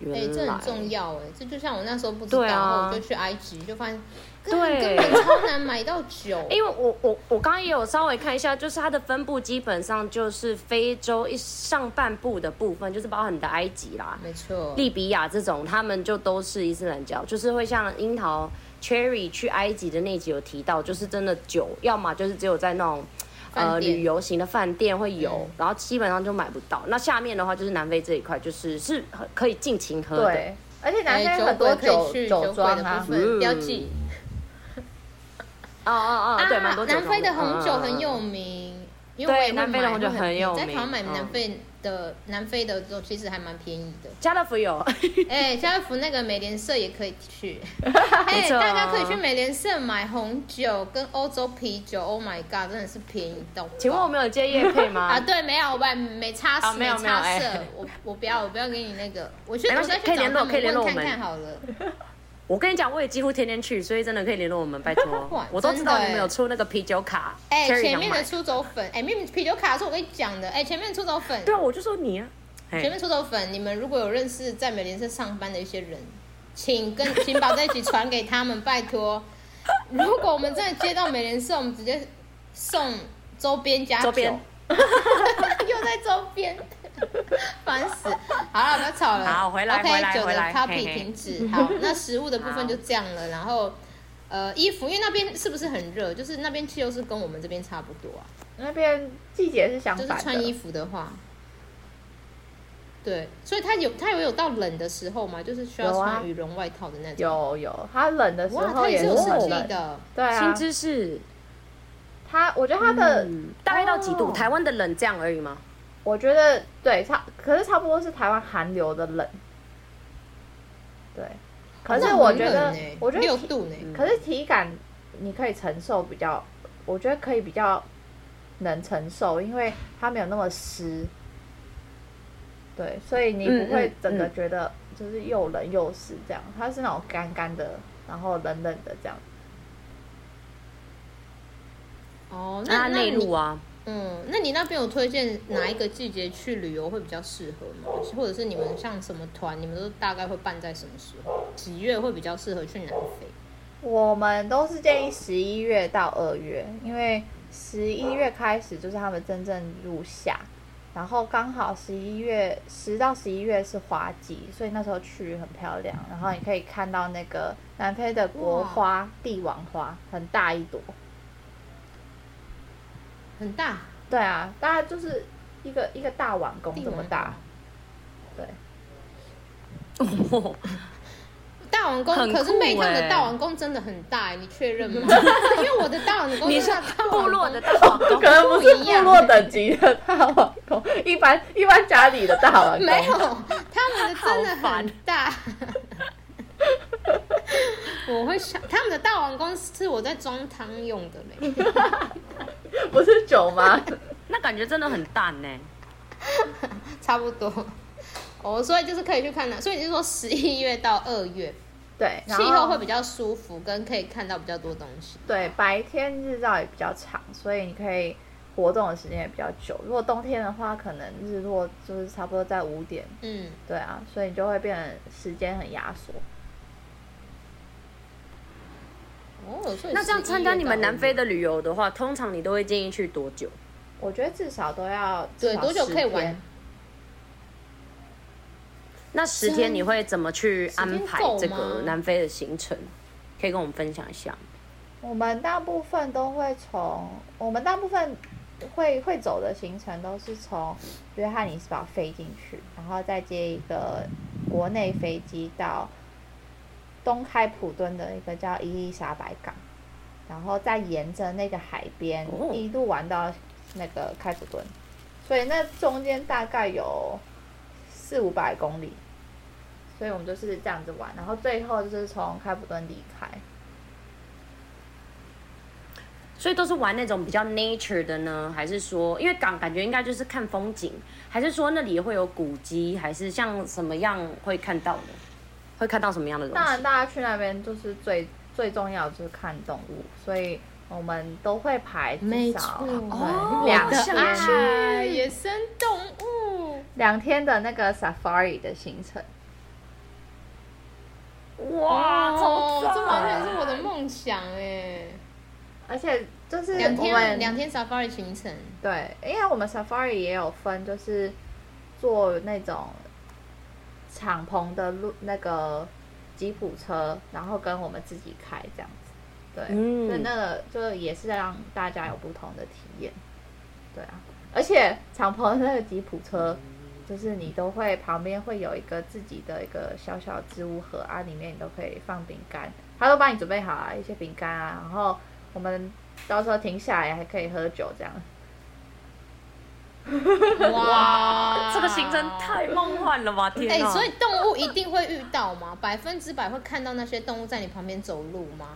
Speaker 1: 原
Speaker 2: 哎、
Speaker 1: 来、
Speaker 2: 这很重要哎，这就像我那时候不知
Speaker 1: 对
Speaker 2: 道，
Speaker 1: 啊
Speaker 2: 然后我就去埃及，就发现根本
Speaker 1: 对。
Speaker 2: 根本超难买到酒
Speaker 1: 哎因为我我我刚刚也有稍微看一下，就是它的分布基本上就是非洲一上半部的部分，就是包含你的埃及啦、
Speaker 2: 没错，
Speaker 1: 利比亚这种，他们就都是伊斯兰教，就是会像樱桃 Cherry 去埃及的那集有提到，就是真的酒，要么就是只有在那种。呃，
Speaker 2: 饭店
Speaker 1: 旅游型的饭店会有，
Speaker 2: 嗯
Speaker 1: 然后基本上就买不到。那下面的话就是南非这一块，就是是很可以尽情喝的。
Speaker 3: 对，而且南
Speaker 2: 哎
Speaker 3: 非
Speaker 2: 酒
Speaker 3: 很
Speaker 2: 鬼
Speaker 3: 多
Speaker 2: 可以
Speaker 3: 酒
Speaker 2: 去
Speaker 3: 酒
Speaker 2: 嗯哎鬼
Speaker 3: 庄
Speaker 2: 的
Speaker 3: 啊
Speaker 2: 部，分
Speaker 1: 嗯
Speaker 2: 标记。
Speaker 1: (laughs) 哦哦哦，对，蛮多酒
Speaker 2: 啊
Speaker 1: 庄
Speaker 2: 南
Speaker 1: 的。
Speaker 2: 非的红酒很有
Speaker 1: 嗯，
Speaker 2: 名，因为我也会
Speaker 1: 对南非的红酒
Speaker 2: 买
Speaker 1: 很有
Speaker 2: 在
Speaker 1: 名
Speaker 2: 台湾买
Speaker 1: 嗯
Speaker 2: 南非的南非的酒其实还蛮便宜的。
Speaker 1: 家乐福有，
Speaker 2: 哎，家乐福那个美联社也可以
Speaker 1: (laughs)
Speaker 2: 去，哎，
Speaker 1: 错啊
Speaker 2: 大家可以去美联社买红酒跟欧洲啤酒。Oh my god，真的是便宜到爆！
Speaker 1: 请问我们有接夜配吗？
Speaker 2: 啊，对，没有，我没没差
Speaker 1: 啊
Speaker 2: 事，
Speaker 1: 没有没有
Speaker 2: 差
Speaker 1: 哎
Speaker 2: 事，我我不要，我不要给你那个，我去，
Speaker 1: 没
Speaker 2: 我
Speaker 1: 关系
Speaker 2: 再去
Speaker 1: 可以
Speaker 2: 找
Speaker 1: 联络
Speaker 2: 他
Speaker 1: 可以联
Speaker 2: 们
Speaker 1: 络
Speaker 2: 问看
Speaker 1: 我们
Speaker 2: 看好了。
Speaker 1: 我跟你讲，我也几乎天天去，所以真的可以联络我们，拜托
Speaker 2: 哇。
Speaker 1: 我都知道
Speaker 2: 真的
Speaker 1: 你
Speaker 2: 欸
Speaker 1: 们有出那个啤酒卡，
Speaker 2: 哎，
Speaker 1: Cherry
Speaker 2: 前
Speaker 1: 想
Speaker 2: 面的
Speaker 1: 买
Speaker 2: 出走粉，哎，面啤酒卡是我跟你讲的，哎，前面的出走粉，
Speaker 1: 对啊，我就说你啊，哎
Speaker 2: 前面出走粉，你们如果有认识在美联社上班的一些人，请跟 (laughs) 请把这一集传给他们，拜托。如果我们真的接到美联社，我们直接送周边加酒
Speaker 1: 周边
Speaker 2: (laughs) 又在周边， (laughs) 烦死！好了，不要吵了。
Speaker 1: 好回来
Speaker 2: OK，
Speaker 1: 回来
Speaker 2: 酒
Speaker 1: 回
Speaker 2: 的
Speaker 1: 来
Speaker 2: copy
Speaker 1: 嘿嘿
Speaker 2: 停止。好，那食物的部分
Speaker 1: 好
Speaker 2: 就这样了。然后，呃，衣服，因为那边是不是很热？就是那边气候是跟我们这边差不多啊。
Speaker 3: 那边季节是相
Speaker 2: 就是
Speaker 3: 反
Speaker 2: 穿衣
Speaker 3: 的。
Speaker 2: 服的话，对，所以它有它有有到冷的时候嘛，就是需要
Speaker 3: 有啊
Speaker 2: 穿羽绒外套的那种。
Speaker 3: 有有，它冷的时
Speaker 2: 哇，
Speaker 3: 候
Speaker 2: 它也是
Speaker 3: 是
Speaker 2: 有四
Speaker 3: 很
Speaker 2: 季
Speaker 3: 冷，
Speaker 2: 的，
Speaker 3: 对啊
Speaker 1: 新，知识，
Speaker 3: 它我觉得它的
Speaker 1: 嗯，大概到几度？
Speaker 3: 哦
Speaker 1: 台湾的冷这样而已吗？
Speaker 3: 我觉得对差，可是差不多是台湾寒流的冷。对，可是我觉
Speaker 2: 那
Speaker 3: 得
Speaker 2: 很冷欸，
Speaker 3: 我觉得嗯
Speaker 2: 六
Speaker 3: 体
Speaker 2: 度呢，
Speaker 3: 可是体感你可以承受比较，我觉得可以比较能承受，因为它没有那么湿。对，所以你
Speaker 1: 嗯
Speaker 3: 不会
Speaker 1: 嗯
Speaker 3: 整个
Speaker 1: 嗯
Speaker 3: 觉得就是又冷又湿这样，它是那种干干的，然后冷冷的这样。
Speaker 2: 哦，那
Speaker 1: 那内陆
Speaker 2: 啊，
Speaker 1: 啊，
Speaker 2: 嗯，那你那边有推荐哪一个季节去旅游会比较适合吗？或者是你们像什么团，你们都大概会办在什么时候？几月会比较适合去南非？
Speaker 3: 我们都是建议十一月到二月，因为十一月开始就是他们真正入夏，然后刚好十一月十到十一月是花季，所以那时候去很漂亮。然后你可以看到那个南非的国花帝王花，很大一朵。
Speaker 2: 很大，
Speaker 3: 对啊，大概就是一个一个大碗公这么大。对，
Speaker 2: 大王宫，
Speaker 1: 很酷
Speaker 2: 可是妹他们
Speaker 1: 欸
Speaker 2: 的大王宫真的很大、欸，你确认
Speaker 3: (laughs)
Speaker 2: 吗？因为我的大王
Speaker 1: (laughs)
Speaker 2: 宫，
Speaker 1: 你是
Speaker 2: 大王宫
Speaker 1: 部落的大王
Speaker 3: 可
Speaker 1: 公，
Speaker 3: 能不
Speaker 2: 不
Speaker 3: 是
Speaker 2: 一
Speaker 3: 部
Speaker 2: 样
Speaker 3: 落等级的大碗 (laughs) 公，一般一般家里的大 (laughs) 碗公。
Speaker 2: 没有，他们的真的很大。 (laughs) 我会想，他们的大王宫是我在装汤用的嘞。
Speaker 3: 不是酒吗？
Speaker 1: (laughs) 那感觉真的很淡呢。
Speaker 2: 差不多。哦，所以就是可以去看的，所以你是说十一月到二月，
Speaker 3: (laughs) 对，然
Speaker 2: 气候会
Speaker 3: 后
Speaker 2: 比较舒服，跟可以看到比较多东西。
Speaker 3: 对，白天日照也比较长，所以你可以活动的时间也比较久。如果冬天的话，可能日落就是差不多在五点，
Speaker 2: 嗯，
Speaker 3: 对啊，所以你就会变成时间很压缩。
Speaker 2: 哦，所以
Speaker 1: 那这样参加你们南非的旅游的话，通常你都会建议去多久？
Speaker 3: 我觉得至少都要
Speaker 2: 对
Speaker 3: 至少
Speaker 2: 多久可以
Speaker 3: 10天
Speaker 2: 玩？
Speaker 1: 那十天你会怎么去安排
Speaker 2: 时间够吗
Speaker 1: 这个南非的行程？可以跟我们分享一下。
Speaker 3: 我们大部分都会从我们大部分会会走的行程都是从约翰尼斯堡飞进去，然后再接一个国内飞机到东开普敦的一个叫伊丽莎白港，然后再沿着那个海边
Speaker 1: 哦
Speaker 3: 一路玩到那个开普敦，所以那中间大概有四五百公里，所以我们就是这样子玩，然后最后就是从开普敦离开。
Speaker 1: 所以都是玩那种比较 nature 的呢，还是说，因为港感觉应该就是看风景，还是说那里会有古迹，还是像什么样会看到的？会看到什么样的东
Speaker 3: 当然，
Speaker 1: 西？
Speaker 3: 大家去那边就是最最重要的就是看动物，所以我们都会排至少
Speaker 1: 哦
Speaker 3: 两
Speaker 1: 我
Speaker 2: 的
Speaker 1: 想
Speaker 3: 天
Speaker 1: 去
Speaker 2: 爱野生动物。
Speaker 3: 两天的那个 safari 的行程。
Speaker 1: 哇，
Speaker 2: 哦
Speaker 1: 超，
Speaker 2: 这完全是我的梦梦想哎、
Speaker 3: 而且就是
Speaker 2: 两
Speaker 3: 我
Speaker 2: 天
Speaker 3: 们
Speaker 2: 两天 safari 行
Speaker 3: (laughs)
Speaker 2: 程，
Speaker 3: 对，因为我们 safari 也有分，就是坐那种敞篷的路那个吉普车，然后跟我们自己开这样子。对，
Speaker 1: 嗯
Speaker 3: 所以那个就也是让大家有不同的体验。对啊，而且敞篷的那个吉普车，就是你都会旁边会有一个自己的一个小小的置物盒啊，里面你都可以放饼干，他都帮你准备好啊，一些饼干啊，然后我们到时候停下来还可以喝酒这样。
Speaker 2: 哇
Speaker 1: 这个行程太梦幻了吧！
Speaker 2: 哎、
Speaker 1: 天啊哪！
Speaker 2: 所以动物一定会遇到吗？百分之百会看到那些动物在你旁边走路吗？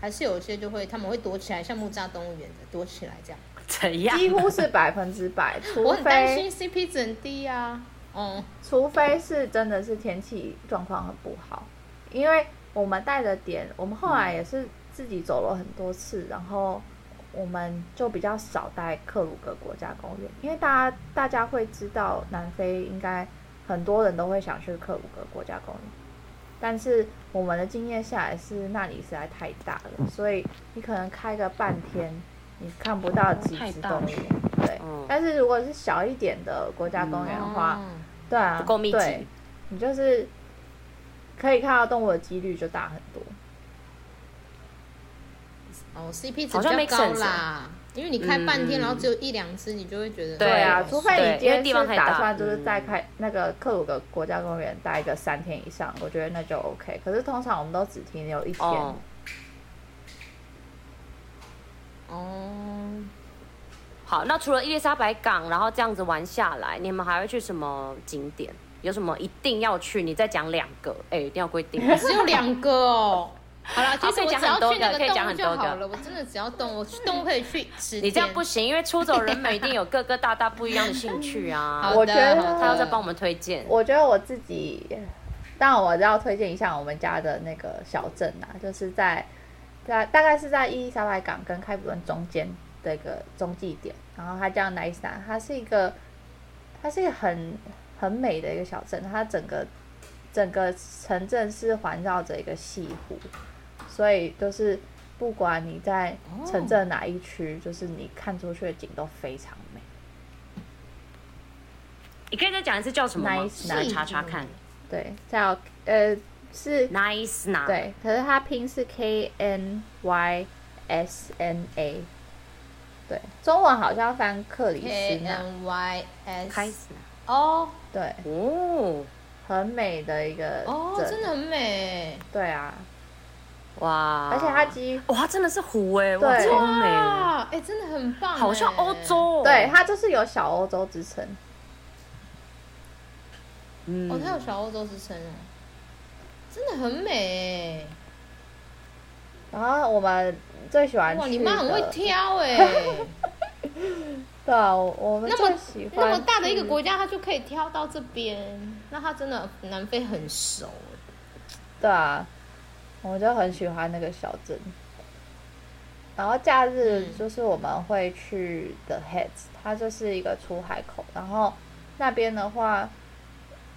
Speaker 2: 还是有些就会他们会躲起来，像木栅动物园的躲起来这样？
Speaker 1: 怎样？
Speaker 3: 几乎是百分之百，除
Speaker 2: (laughs) 我很担
Speaker 3: 非
Speaker 2: 心 CP 值很低啊。哦、
Speaker 3: 除非是真的是天气状况很不好，因为我们带的点，我们后来也是自己走了很多次，然后我们就比较少带克鲁格国家公园，因为大家大家会知道南非应该很多人都会想去克鲁格国家公园，但是我们的经验下来是那里实在太大了，所以你可能开个半天，你看不到几
Speaker 1: 哦太
Speaker 3: 只
Speaker 1: 大了
Speaker 3: 动物。对，
Speaker 1: 嗯
Speaker 3: 但是如果是小一点的国家公园的话，
Speaker 2: 哦
Speaker 3: 对啊，
Speaker 1: 不够密集
Speaker 3: 对，你就是可以看到动物的几率就大很多。
Speaker 2: 哦，CP 值
Speaker 1: 好像
Speaker 2: 比较
Speaker 1: make
Speaker 2: 高
Speaker 1: sense
Speaker 2: 啦，因为你开半
Speaker 1: 嗯
Speaker 2: 天，然后只有一两只，你就会觉得
Speaker 1: 对
Speaker 3: 啊，
Speaker 2: 哦
Speaker 3: 除非
Speaker 1: 对因
Speaker 3: 你今天
Speaker 1: 为地方
Speaker 3: 是
Speaker 1: 太大
Speaker 3: 打算就是在
Speaker 1: 嗯
Speaker 3: 开、那个克鲁格国家公园待个三天以上，我觉得那就 OK。可是通常我们都只停留一天，
Speaker 1: 哦，
Speaker 2: 哦，
Speaker 1: 好，那除了伊丽莎白港，然后这样子玩下来，你们还会去什么景点？有什么一定要去？你再讲两个，哎、一定要规定。
Speaker 2: 只有两
Speaker 1: (laughs)
Speaker 2: 个哦。 (laughs) 好了，其实
Speaker 1: 可以
Speaker 2: 我
Speaker 1: 讲
Speaker 2: 只要
Speaker 1: 很多
Speaker 2: 去那
Speaker 1: 个
Speaker 2: 个
Speaker 1: 可以讲
Speaker 2: 动物
Speaker 1: 很
Speaker 2: 就
Speaker 1: 多个
Speaker 2: 好了，我真的只要动物，去动物可以去十天。
Speaker 1: 你这样不行，因为出走人们一定有各个大大不一样的兴趣啊 (laughs)
Speaker 2: 好。
Speaker 3: 我
Speaker 2: 的
Speaker 3: 觉得
Speaker 2: 好的
Speaker 1: 他要再帮我们推荐，
Speaker 3: 我觉得我自己，当然我要推荐一下我们家的那个小镇啊，就是在在大概是在伊丽莎白港跟开普敦中间的一个中继点，然后它叫 Nice 它是一个它是一个很很美的一个小镇，它整个整个城镇是环绕着一个西湖，所以就是不管你在城镇哪一区，就是你看出去的景都非常美。
Speaker 1: 你可以再讲一次叫什么吗？
Speaker 3: Nice
Speaker 1: 我来查查看。
Speaker 3: 对，叫呃是
Speaker 1: Nice
Speaker 2: 啊
Speaker 1: 哪？，
Speaker 3: 对，可是它拼是 K N Y S N A，对，中文好像翻克里
Speaker 2: K
Speaker 3: 斯纳，
Speaker 2: N Y S
Speaker 1: 开始哪。
Speaker 2: 哦
Speaker 3: 对，
Speaker 1: 哦，
Speaker 3: 很美的一个
Speaker 2: 哦，
Speaker 3: 镇
Speaker 2: 真的很美，
Speaker 3: 对啊，
Speaker 2: 啊
Speaker 1: 哇！
Speaker 3: 而且它几
Speaker 1: 哇，它真的是湖哎，哇，欸
Speaker 3: 对
Speaker 1: 超美，
Speaker 2: 哇，哎，真的很棒，
Speaker 1: 好像欧洲。哦。
Speaker 3: 对，它就是有小欧洲之称，
Speaker 1: 嗯
Speaker 2: 哦，它有小欧洲之称哦，真的很美哎。
Speaker 3: 然后我们最喜欢
Speaker 2: 哇，你
Speaker 3: 去
Speaker 2: 妈很会
Speaker 3: 的
Speaker 2: 挑哎、
Speaker 3: 对啊，我我们
Speaker 2: 那么
Speaker 3: 最喜
Speaker 2: 那
Speaker 3: 欢
Speaker 2: 么大的一个
Speaker 3: 去
Speaker 2: 国家，她就可以挑到这边，那她真的南非很熟哎、
Speaker 3: 对啊，我就很喜欢那个小镇。然后假日
Speaker 2: 嗯
Speaker 3: 就是我们会去 The Heads，它就是一个出海口。然后那边的话，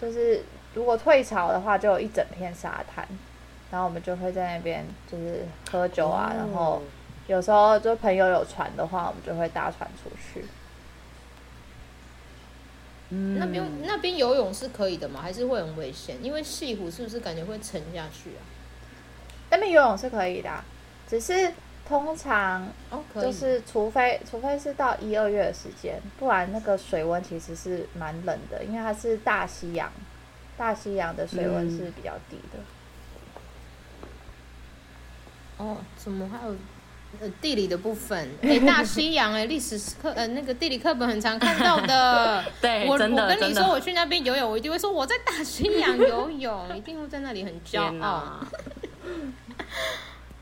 Speaker 3: 就是如果退潮的话，就有一整片沙滩。然后我们就会在那边就是喝酒啊，然后有时候就朋友有船的话，我们就会搭船出去。
Speaker 1: 嗯
Speaker 2: 那边那边游泳是可以的吗？还是会很危险？因为西湖是不是感觉会沉下去啊？
Speaker 3: 那边游泳是可以的啊、只是通常
Speaker 2: 哦，可以，
Speaker 3: 就是除非除非是到一二月的时间，不然那个水温其实是蛮冷的，因为它是大西洋，大西洋的水温是比较低的。
Speaker 2: 哦，怎么还有？呃，地理的
Speaker 1: (laughs)
Speaker 2: 部分，哎、大西洋、哎，历史课，呃，那个地理课本很常看到的。
Speaker 1: (laughs) 对
Speaker 2: 我我
Speaker 1: 真的
Speaker 2: 跟
Speaker 1: 真
Speaker 2: 你
Speaker 1: 的
Speaker 2: 说，我去那边游泳，我一定会说我在大西洋游泳，一定会在那里很骄
Speaker 1: 天
Speaker 2: 傲。哦
Speaker 1: (laughs) 哪！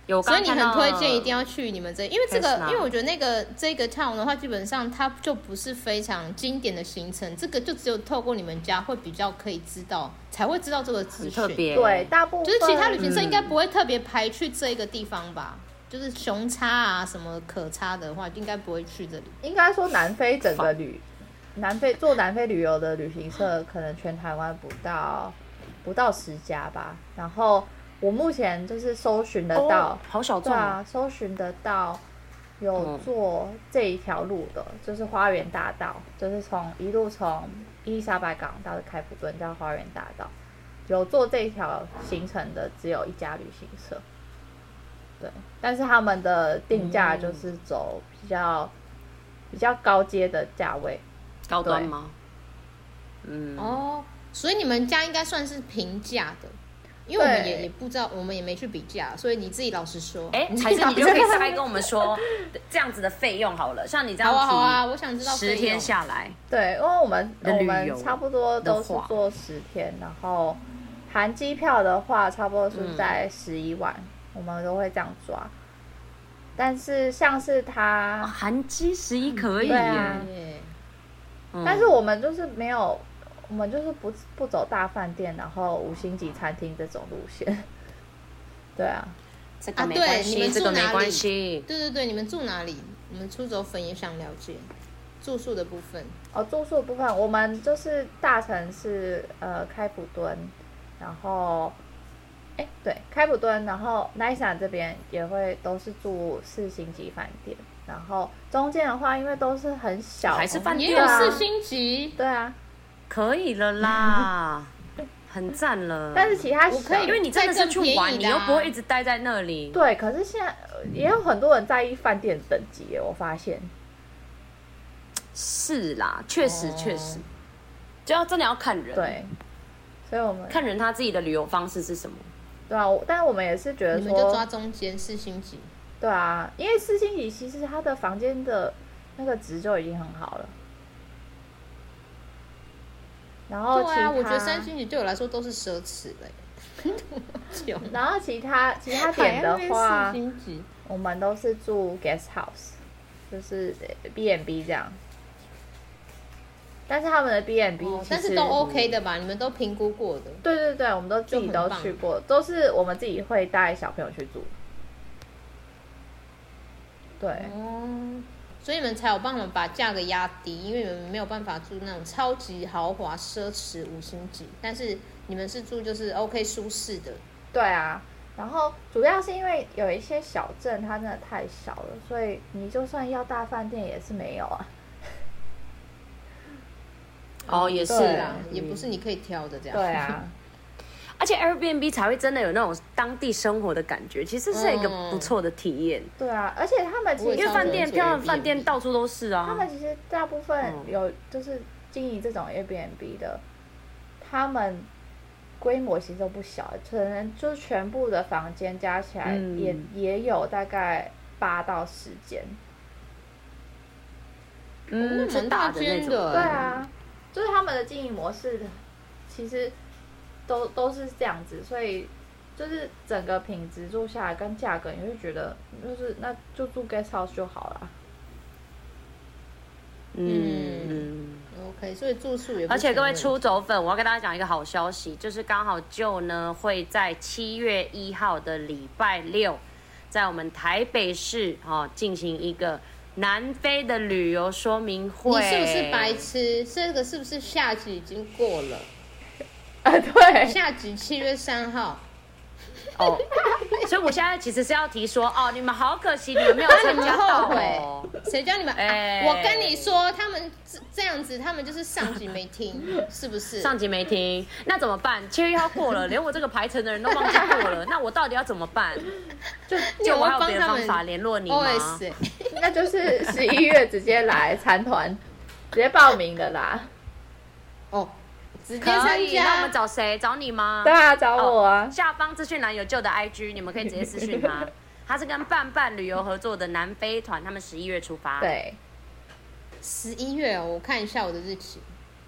Speaker 1: 有，
Speaker 2: 所以你很推荐一定
Speaker 1: 要。
Speaker 2: 要去你们这，因为这个
Speaker 1: Tesla，
Speaker 2: 因为我觉得那个这个 town 的话，基本上它就不是非常经典的行程，这个就只有透过你们家会比较可以知道，才会知道这个资
Speaker 1: 很
Speaker 2: 讯。
Speaker 1: 特，别，
Speaker 3: 对，，大部
Speaker 2: 嗯
Speaker 3: 分
Speaker 2: 就是其他旅
Speaker 1: 嗯
Speaker 2: 行社应该不会特别排去这个地方吧？就是熊叉啊什么可叉的话，应该不会去这里。
Speaker 3: 应该说南非整个旅，南非做南非旅游的旅行社可能全台湾不到不到十家吧，然后我目前就是搜寻得
Speaker 1: 哦
Speaker 3: 到，
Speaker 1: 好小
Speaker 3: 对
Speaker 1: 众哦
Speaker 3: 啊，搜寻得到有
Speaker 1: 嗯
Speaker 3: 做这一条路的，就是花园大道，就是从一路从伊丽莎白港到开普敦叫花园大道，有做这一条行程的只有一家旅行社。对，但是他们的定价
Speaker 1: 嗯
Speaker 3: 就是走比较、比较高阶的价位，
Speaker 1: 高端
Speaker 3: 对
Speaker 1: 吗？嗯，
Speaker 2: 哦，所以你们家应该算是平价的，因为我们
Speaker 3: 对
Speaker 2: 也也不知道，我们也没去比价，所以你自己老实说。
Speaker 1: 哎、
Speaker 2: 你
Speaker 1: 才是你就可以大概跟我们说这样子的费用好了，像你这
Speaker 2: 好
Speaker 1: 样
Speaker 2: 啊好啊，
Speaker 1: 提
Speaker 2: 我想知道
Speaker 1: 十
Speaker 2: 费
Speaker 1: 天
Speaker 2: 用
Speaker 1: 下来，
Speaker 3: 对，因为我们
Speaker 1: 的
Speaker 3: 我
Speaker 1: 旅
Speaker 3: 们
Speaker 1: 游
Speaker 3: 差不多都是
Speaker 1: 的话
Speaker 3: 做十天，然后含机票的话，差不多是
Speaker 1: 嗯
Speaker 3: 在十一万，我们都会这样抓。但是像是他，
Speaker 1: 哦含机十一可以耶，
Speaker 3: 对啊
Speaker 2: 耶
Speaker 1: 嗯
Speaker 3: 但是我们就是没有，我们就是不不走大饭店，然后五星级餐厅这种路线。 (laughs) 对啊，
Speaker 1: 这
Speaker 2: 啊
Speaker 1: 个没
Speaker 2: 对
Speaker 1: 关
Speaker 2: 你
Speaker 1: 系，
Speaker 2: 们
Speaker 1: 这
Speaker 2: 住
Speaker 1: 个没
Speaker 2: 哪里
Speaker 1: 关系，
Speaker 2: 对对对，你们住哪里？我们出走粉也想了解住宿的部分。
Speaker 3: 哦，住宿的部分，我们就是大城市，呃，开普敦，然后，哎，对，开普敦，然后 Nisa 这边也会都是住四星级饭店，然后中间的话，因为都是很小，
Speaker 1: 还是饭
Speaker 2: 也
Speaker 1: 店
Speaker 2: 有
Speaker 3: 啊
Speaker 2: 四星级，
Speaker 3: 对啊，
Speaker 1: 可以了啦，很赞了。
Speaker 3: 但是其他
Speaker 2: 我
Speaker 3: 小
Speaker 2: 可以
Speaker 1: 因为你真的是去玩，
Speaker 2: 再更便宜
Speaker 1: 你
Speaker 2: 的啊
Speaker 1: 又不会一直待在那里。
Speaker 3: 对，可是现在呃也有很多人在意饭店等级耶，我发现，
Speaker 1: 是啦，确实
Speaker 2: 哦
Speaker 1: 确实，就要真的要看人，，
Speaker 3: 对，所以我们
Speaker 1: 看人他自己的旅游方式是什么。
Speaker 3: 对啊，我但是我们也是觉得
Speaker 2: 你们就抓
Speaker 3: 说，
Speaker 2: 中间四星级。
Speaker 3: 对啊，因为四星级其实它的房间的那个值就已经很好了。然后哦其
Speaker 2: 对
Speaker 3: 他，
Speaker 2: 啊，我觉得三星级对我来说都是奢侈嘞、欸。
Speaker 3: 然后其他其他
Speaker 2: 海
Speaker 3: 点的
Speaker 2: 岸边
Speaker 3: 话
Speaker 2: 四，星级
Speaker 3: 我们都是住 guest house，就是 B n B 这样。但是他们的 B n B
Speaker 2: 哦，但是
Speaker 3: 嗯
Speaker 2: 都 OK 的吧？你们都评估过的。
Speaker 3: 对对对，我们都自
Speaker 2: 就
Speaker 3: 己
Speaker 2: 很
Speaker 3: 都
Speaker 2: 棒
Speaker 3: 去过，都是我们自己会带小朋友去住。对，
Speaker 2: 哦，所以你们才有办法把价格压低，因为你们没有办法住那种超级豪华、奢侈五星级，但是你们是住就是 OK 舒适的。
Speaker 3: 对啊，然后主要是因为有一些小镇它真的太小了，所以你就算要大饭店也是没有啊。
Speaker 1: 哦，也是
Speaker 3: 对
Speaker 2: 啦
Speaker 1: 啦，
Speaker 2: 也不是你可以挑的这样。
Speaker 3: 对啊，
Speaker 1: 而且 Airbnb 才会真的有那种当地生活的感觉，其实是一个
Speaker 2: 嗯
Speaker 1: 不错的体验。
Speaker 3: (laughs) 对啊，而且他们其
Speaker 2: 我也
Speaker 1: 因
Speaker 3: 实
Speaker 1: 为
Speaker 2: 超喜欢
Speaker 1: 饭店
Speaker 2: 住
Speaker 1: 漂亮，饭
Speaker 2: Airbnb
Speaker 1: 店到处都是
Speaker 3: 他
Speaker 1: 啊
Speaker 3: 们。其实大部分
Speaker 1: 嗯
Speaker 3: 有就是经营这种 Airbnb 的，他们规模其实都不小，可能就是全部的房间加起来
Speaker 1: 嗯
Speaker 3: 也、也有大概八到十间。
Speaker 1: 嗯，
Speaker 2: 那
Speaker 1: 是
Speaker 2: 蛮大
Speaker 1: 大的那
Speaker 2: 间
Speaker 1: 种。
Speaker 2: 的
Speaker 3: 对啊，就是他们的经营模式其实都都是这样子，所以就是整个品质住下来跟价格，你会觉得就是那就住 guest house 就好了。
Speaker 1: 嗯
Speaker 2: 嗯
Speaker 1: 嗯。
Speaker 2: OK，所以住宿也不
Speaker 1: 而且各位
Speaker 2: 成问
Speaker 1: 出走粉，我要跟大家讲一个好消息，就是刚好就呢会在七月一号的礼拜六，在我们台北市哦进行一个南非的旅游说明
Speaker 2: 题
Speaker 1: 会。
Speaker 2: 你是不是白痴？这个是不是夏季已经过了？
Speaker 3: 啊， (laughs) 对，
Speaker 2: 夏季七月三号，
Speaker 1: 哦？所以我现在其实是要提说哦，你们好可惜，你们没
Speaker 2: (laughs)
Speaker 1: 有参
Speaker 2: 啊你们
Speaker 1: 加
Speaker 2: 后
Speaker 1: 到
Speaker 2: 悔
Speaker 1: 哦。？
Speaker 2: (laughs) 谁叫你们？啊
Speaker 1: 哎
Speaker 2: 我跟你说，他们这这样子，他们就是上集没
Speaker 1: (laughs)
Speaker 2: 听，是不是？
Speaker 1: 上集没听，那怎么办？七月一号过
Speaker 2: (laughs)
Speaker 1: 了，连我这个排程的人都忘记过了，那我到底要怎么办？
Speaker 2: (laughs)
Speaker 1: 就
Speaker 2: 有
Speaker 1: 就我还有
Speaker 2: 帮
Speaker 1: 别的
Speaker 2: 他
Speaker 1: 方
Speaker 2: 们
Speaker 1: 法联络你吗？
Speaker 2: OS，欸
Speaker 3: 那就是十一月直接来参团，直接报名的啦。
Speaker 2: 哦，直接
Speaker 1: 可
Speaker 2: 参
Speaker 1: 以，那我
Speaker 2: 加
Speaker 1: 们。找谁？找你吗？
Speaker 3: 对啊，找我啊
Speaker 1: 哦。下方资讯栏有旧的 IG，你们可以直接私讯
Speaker 3: (laughs)
Speaker 1: 他。他是跟伴伴旅游合作的南非团，他们十一月出发。，
Speaker 3: 对，
Speaker 2: 十一月哦，我看一下我的日期，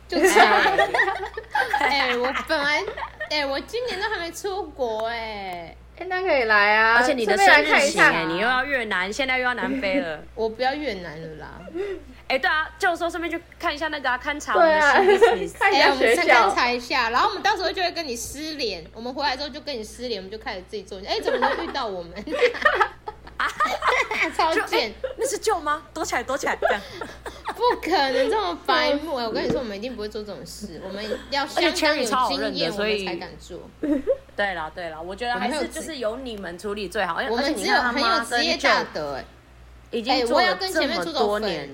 Speaker 2: 就假日。 (laughs) 哎、我本来，哎、我今年都还没出国哎、
Speaker 3: 哎，那可以来啊。
Speaker 1: 而且你的
Speaker 3: 顺便
Speaker 1: 生日
Speaker 3: 来看一
Speaker 1: 型
Speaker 3: 下
Speaker 1: 哎，你又要越南，现在又要南非了。
Speaker 2: 我不要越南了啦。
Speaker 1: 哎，对啊，就说顺便去看一下那个啊勘察我
Speaker 3: 对
Speaker 1: 们
Speaker 3: 啊
Speaker 1: 的新 business，。
Speaker 3: (laughs) 看一
Speaker 2: 哎、
Speaker 3: 下
Speaker 2: 我们
Speaker 3: 学
Speaker 2: 先
Speaker 3: 校
Speaker 2: 勘。察一下，然后我们到时候就会跟你失联。我们回来之后就跟你失联，我们就开始自己做。哎、怎么能遇到我们？ (laughs) 超
Speaker 1: 就
Speaker 2: 贱
Speaker 1: 哎，，啊那是旧吗？躲起来，躲起来，这样。
Speaker 2: (laughs) 不可能这么白
Speaker 1: (laughs)
Speaker 2: 目！哎我跟你说，我们一定不会做这种事，我们要
Speaker 1: 而且
Speaker 2: 相当
Speaker 1: Cherry 超好
Speaker 2: 有
Speaker 1: 认
Speaker 2: 经
Speaker 1: 的
Speaker 2: 验，我
Speaker 1: 所以
Speaker 2: 们才敢做。
Speaker 1: 对了对了，我觉得
Speaker 2: 我们
Speaker 1: 还
Speaker 2: 很有
Speaker 1: 是
Speaker 2: 自
Speaker 1: 就是由你们处理最好，因为
Speaker 2: 我
Speaker 1: 而且
Speaker 2: 们
Speaker 1: 你
Speaker 2: 只有
Speaker 1: 看他
Speaker 2: 很有
Speaker 1: 妈
Speaker 2: 职业
Speaker 1: 跟
Speaker 2: 道
Speaker 1: Joe
Speaker 2: 德哎、
Speaker 1: 已
Speaker 2: 哎、
Speaker 1: 经做
Speaker 2: 我要
Speaker 1: 了
Speaker 2: 跟
Speaker 1: 这
Speaker 2: 前面
Speaker 1: 么
Speaker 2: 出走
Speaker 1: 多
Speaker 2: 粉
Speaker 1: 年，，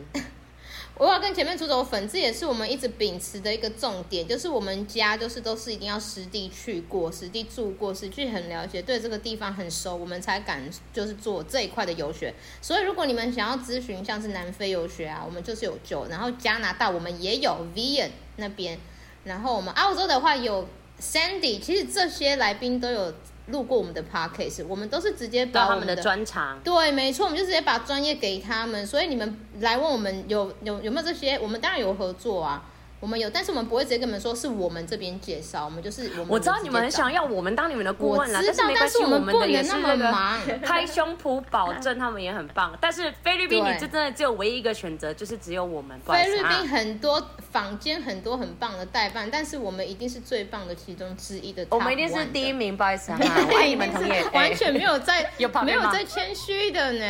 Speaker 2: 我要跟前面出走粉，这也是我们一直秉持的一个重点，就是我们家就是都是一定要实地去过、实地住过、实际很了解，对这个地方很熟，我们才敢就是做这一块的游学。所以如果你们想要咨询像是南非游学啊，我们就是有九，然后加拿大我们也有 Vian 那边，然后我们澳洲的话有 Sandy，其实这些来宾都有录过我们的 podcast，我们都是直接把
Speaker 1: 到他
Speaker 2: 我
Speaker 1: 们
Speaker 2: 们
Speaker 1: 的
Speaker 2: 的
Speaker 1: 专长。
Speaker 2: 对，没错，我们就直接把专业给他们。所以你们来问我们有有有没有这些，我们当然有合作啊，我们有，但是我们不会直接跟你们说是我们这边介绍，我们就是嗯我们
Speaker 1: 我知道
Speaker 2: 直接
Speaker 1: 你们很
Speaker 2: 找
Speaker 1: 想要我们当你们的顾
Speaker 2: 我
Speaker 1: 问
Speaker 2: 知
Speaker 1: 啦，
Speaker 2: 道，
Speaker 1: 但是没关
Speaker 2: 但
Speaker 1: 系，
Speaker 2: 是
Speaker 1: 我
Speaker 2: 们不
Speaker 1: 的也
Speaker 2: 能
Speaker 1: 是
Speaker 2: 那
Speaker 1: 那
Speaker 2: 么
Speaker 1: 个
Speaker 2: 忙。
Speaker 1: (laughs) 拍胸脯保证他们也很棒。但是菲律宾，你
Speaker 2: 对
Speaker 1: 就真的只有唯一一个选择，就是只有我们。不好意
Speaker 2: 菲
Speaker 1: 思
Speaker 2: 律
Speaker 1: 啊
Speaker 2: 宾很多坊间很多很棒的代办，但是我们一定是最棒的其中之一的。
Speaker 1: 我们一定是第一
Speaker 2: 名，，
Speaker 1: 名，不好意思啊， (laughs) 我爱你们同业
Speaker 2: (laughs) 完全没有在
Speaker 1: (laughs) 有旁
Speaker 2: 没
Speaker 1: 边
Speaker 2: 有
Speaker 1: 吗
Speaker 2: 在谦虚的
Speaker 1: (laughs)
Speaker 2: 呢。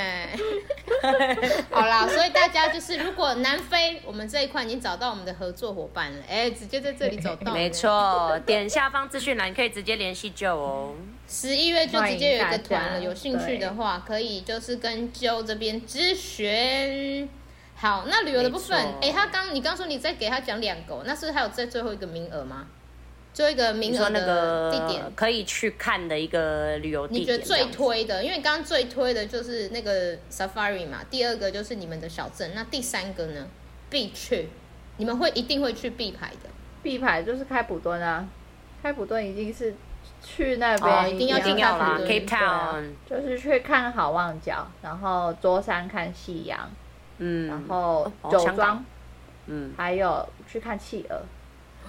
Speaker 2: 好啦，所以大家就是，如果南非我们这一块已经找到我们的合作伙伴了，哎、直接在这里找到，
Speaker 1: 没。错，点下方资讯栏可以直接联系 Joe 哦。
Speaker 2: 十一月就直接有一个团了，
Speaker 3: 欢迎大家
Speaker 2: 有兴趣的话可以就是跟啾这边咨询。好，那旅游的部分
Speaker 1: 没，错
Speaker 2: 哎、他刚你刚说你再给他讲两个哦，那是不是还有在最后一个名额吗？最后一个
Speaker 1: 你
Speaker 2: 名
Speaker 1: 说
Speaker 2: 额
Speaker 1: 那
Speaker 2: 的地点，
Speaker 1: 个可以去看的一个旅游地
Speaker 2: 你觉
Speaker 1: 点，
Speaker 2: 得最
Speaker 1: 这样子
Speaker 2: 推的？因为刚刚最推的就是那个 Safari 嘛，第二个就是你们的小镇，那第三个呢？必去，你们会一定会去必排的。
Speaker 3: 必排就是开普敦啊，开普敦已经是去那
Speaker 1: 哦，
Speaker 3: 边
Speaker 2: 一定要
Speaker 1: 一定
Speaker 2: 去
Speaker 1: 要
Speaker 2: 看
Speaker 1: 啦
Speaker 2: 对不对
Speaker 1: ，Cape
Speaker 3: 对啊
Speaker 1: Town，
Speaker 3: 就是去看好望角，然后桌山看夕阳，
Speaker 1: 嗯，
Speaker 3: 然后
Speaker 1: 哦
Speaker 3: 酒
Speaker 1: 香
Speaker 3: 庄
Speaker 1: 港，嗯，
Speaker 3: 还有去看企鹅，